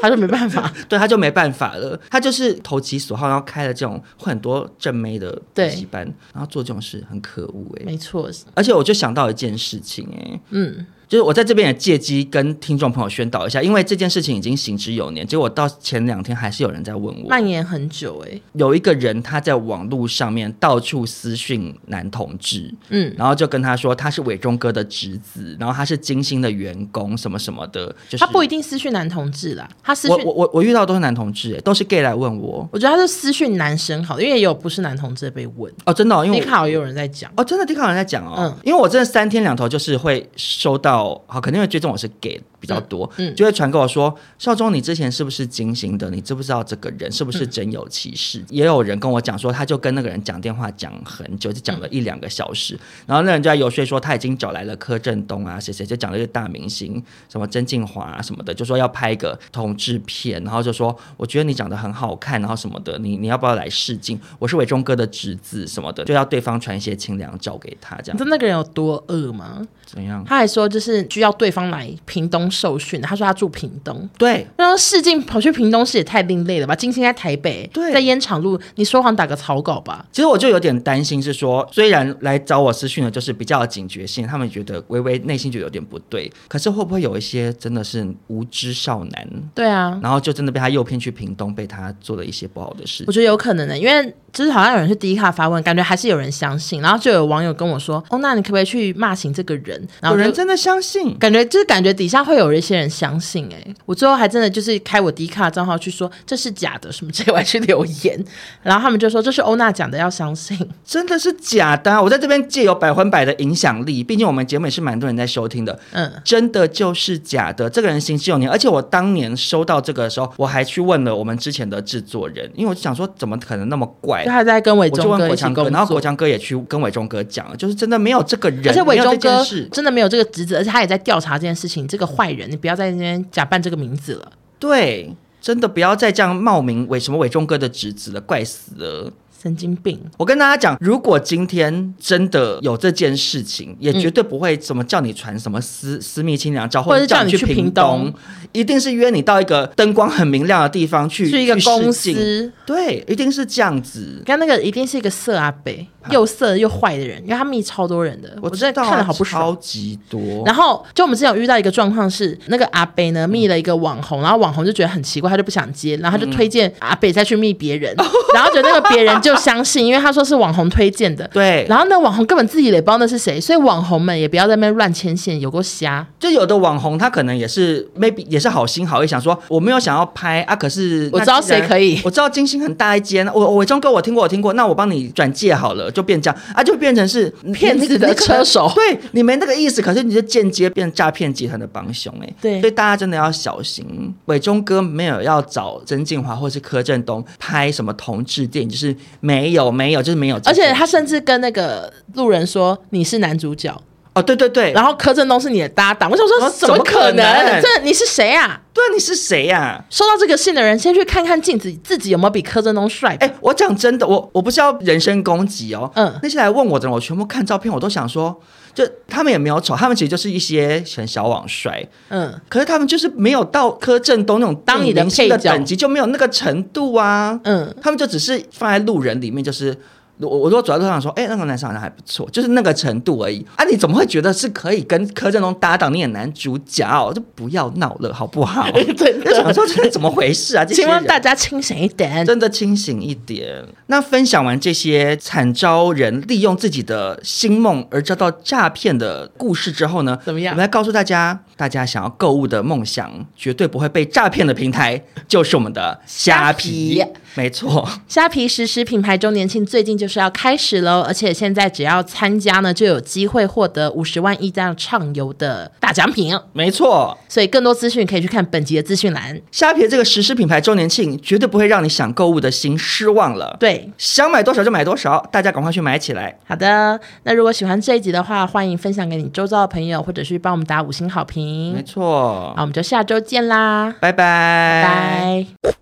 C: 他说没办法，
B: 对，他就没办法了，他就是投其所好，然后开了这种会很多正妹的补
C: 对
B: 习班，然后做这种事很可恶哎、
C: 没错，
B: 而且我就想到一件事情哎、
C: 嗯，
B: 就是我在这边也借机跟听众朋友宣导一下，因为这件事情已经行之有年，结果到前两天还是有人在问我，
C: 蔓延很久哎、
B: 有一个人他在网络上面到处私讯男同志，
C: 嗯，
B: 然后就跟他说他是伟忠哥的侄子，然后他是金星的员工，什么什么的，就是
C: 他不一定私讯男同志啦，他私
B: 我
C: 讯
B: 我我我遇到都是男同志，欸都是 gay 来问我
C: 我觉得他是私讯男生好了，因为也有不是男同志的被问，
B: 哦，真的哦、因为
C: 你
B: 我
C: 好也有人在讲，
B: 哦，真的，迪卡有人在讲哦，
C: 嗯
B: 因为我真的三天两头就是会收到，好，肯定会追踪我是 gay 比较多，
C: 嗯嗯
B: 就会传给我说，少中你之前是不是金星的？你知不知道这个人是不是真有其
C: 嗯
B: 事？也有人跟我讲说，他就跟那个人讲电话讲很久，就讲
C: 嗯
B: 了一两个小时，然后那人就在游说说他已经找来了柯震东啊，谁谁就讲了一个大明星，什么曾静华啊什么的，就说要拍一个同志片，然后就说我觉得你长得很好看，然后什么的，你你要不要来试镜？我是伟忠哥的侄子什么的，就要对方传一些清凉照给他，这
C: 你
B: 样
C: 知道那个人有多饿吗？
B: 怎样？
C: 他还说就是需要对方来屏东受训，他说他住屏东。
B: 对，
C: 那试镜跑去屏东市也太另类了吧？金星在台北，
B: 对
C: 在烟厂路，你说谎打个草稿吧？
B: 其实我就有点担心，是说虽然来找我私讯的就是比较有警觉性，他们觉得微微内心觉得有点不对，可是会不会有一些真的是无知少男，
C: 对啊，
B: 然后就真的被他诱骗去屏东，被他做了一些不好的事
C: 我？觉得有可能的、因为就是好像有人是第一卡发问，感觉还是有人相信，然后就有网友跟我说：“哦，那你可不可以去骂醒这个人？”然
B: 有
C: 后
B: 人
C: 就
B: 真的相信？
C: 感觉就是感觉底下会有一些人相信哎、我最后还真的就是开我迪卡账号去说这是假的什么之类，我还去留言，然后他们就说这是欧娜讲的，要相信。
B: 真的是假的啊、我在这边借由百分百的影响力，毕竟我们节目也是蛮多人在收听的。
C: 嗯，
B: 真的就是假的，这个人行之有年，而且我当年收到这个的时候，我还去问了我们之前的制作人，因为我就想说，怎么可能那么怪
C: 就？还在跟伟
B: 我就
C: 忠
B: 问
C: 哥
B: 国
C: 一起
B: 强
C: 工
B: 哥，然后国
C: 作。
B: 强哥也去跟伟忠哥讲了，就是真的没有这个人，
C: 而且
B: 没
C: 伟
B: 有这
C: 忠
B: 件
C: 哥
B: 事
C: 真的没有这个职责，而且他也在调查这件事情。这个坏人，你不要在那边假扮这个名字了。
B: 对，真的不要再这样冒名为什么伟忠哥的侄子了，怪死了。
C: 神经病！
B: 我跟大家讲，如果今天真的有这件事情，也绝对不会怎么叫你传什么私私密清凉照，
C: 或者
B: 者叫
C: 叫你
B: 去
C: 去
B: 屏
C: 屏东
B: 东，一定是约你到一个灯光很明亮的地方去，
C: 是一个
B: 去试
C: 公
B: 镜，
C: 司，
B: 对，一定是这样子。
C: 刚那个一定是一个色阿北，又色又坏的人，因为他密超多人的，我
B: 知
C: 真的
B: 道啊
C: 看了好不爽
B: 超。级多。
C: 然后就我们之前有遇到一个状况是，那个阿北呢密了一个网红，然后网红就觉得很奇怪，他就不想接，然后他就推
B: 嗯
C: 荐阿北再去密别
B: 哦
C: 人，然后觉得那个别人就相信，因为他说是网红推荐的。
B: 对，
C: 然后那网红根本自己也不知道那是谁，所以网红们也不要在那边乱牵线，有够瞎。
B: 就有的网红他可能也是 maybe 也是好心好意想说我没有想要拍啊，可是
C: 我
B: 那
C: 知道
B: 既然
C: 谁可以
B: 我知道金星很大一间，我我伟忠哥我听过我听过，那我帮你转借好了，就变这样啊，就变成是
C: 骗子的
B: 你你可能
C: 车手
B: 对，你没那个意思，可是你就间接变诈骗集团的帮凶哎、
C: 对
B: 所以大家真的要小心，伟忠哥没有要找曾静华或是柯震东拍什么同志电影，就是没有没有就是没有这
C: 而
B: 种，
C: 且他甚至跟那个路人说你是男主角，
B: 哦对对对，
C: 然后柯震东是你的搭档。我想说
B: 啊
C: 怎么
B: 怎么可
C: 可
B: 能
C: 能？这你是谁啊？
B: 对你是谁啊呀、
C: 收到这个信的人，先去看看镜子，自己有没有比柯震东帅吧。
B: 哎、我讲真的，我我不是要人身攻击哦。
C: 嗯
B: 那些来问我的人，我全部看照片，我都想说，就他们也没有丑，他们其实就是一些很小网帅，
C: 嗯，
B: 可是他们就是没有到柯震东那种
C: 当你的
B: 电影明星的
C: 配角
B: 等级，就没有那个程度啊。
C: 嗯，
B: 他们就只是放在路人里面，就是。我我如果走在路上说，哎、那个男生好像还不错，就是那个程度而已啊！你怎么会觉得是可以跟柯震东搭档你演男主角？哦就不要闹了，好不好？
C: 真
B: 就想说这是怎么回事啊？这些
C: 请
B: 人
C: 问大家清醒一点。
B: 真的清醒一点。那分享完这些惨遭人利用自己的星梦而遭到诈骗的故事之后呢，
C: 怎么样
B: 我们来告诉大家，大家想要购物的梦想绝对不会被诈骗的平台，就是我们的虾皮
C: 虾。
B: 没错，
C: 虾皮实施品牌周年庆最近就是要开始喽，而且现在只要参加呢，就有机会获得五十万亿这样畅游的大奖品。
B: 没错。
C: 所以更多资讯可以去看本集的资讯栏。
B: 虾皮的这个实施品牌周年庆，绝对不会让你想购物的心失望了。
C: 对，
B: 想买多少就买多少，大家赶快去买起来。
C: 好的，那如果喜欢这一集的话，欢迎分享给你周遭的朋友，或者是帮我们打五星好
B: 没
C: 评。
B: 错
C: 嗯好，，我们就下周见啦，
B: 拜拜，
C: 拜。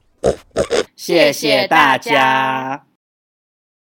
A: 谢谢大家。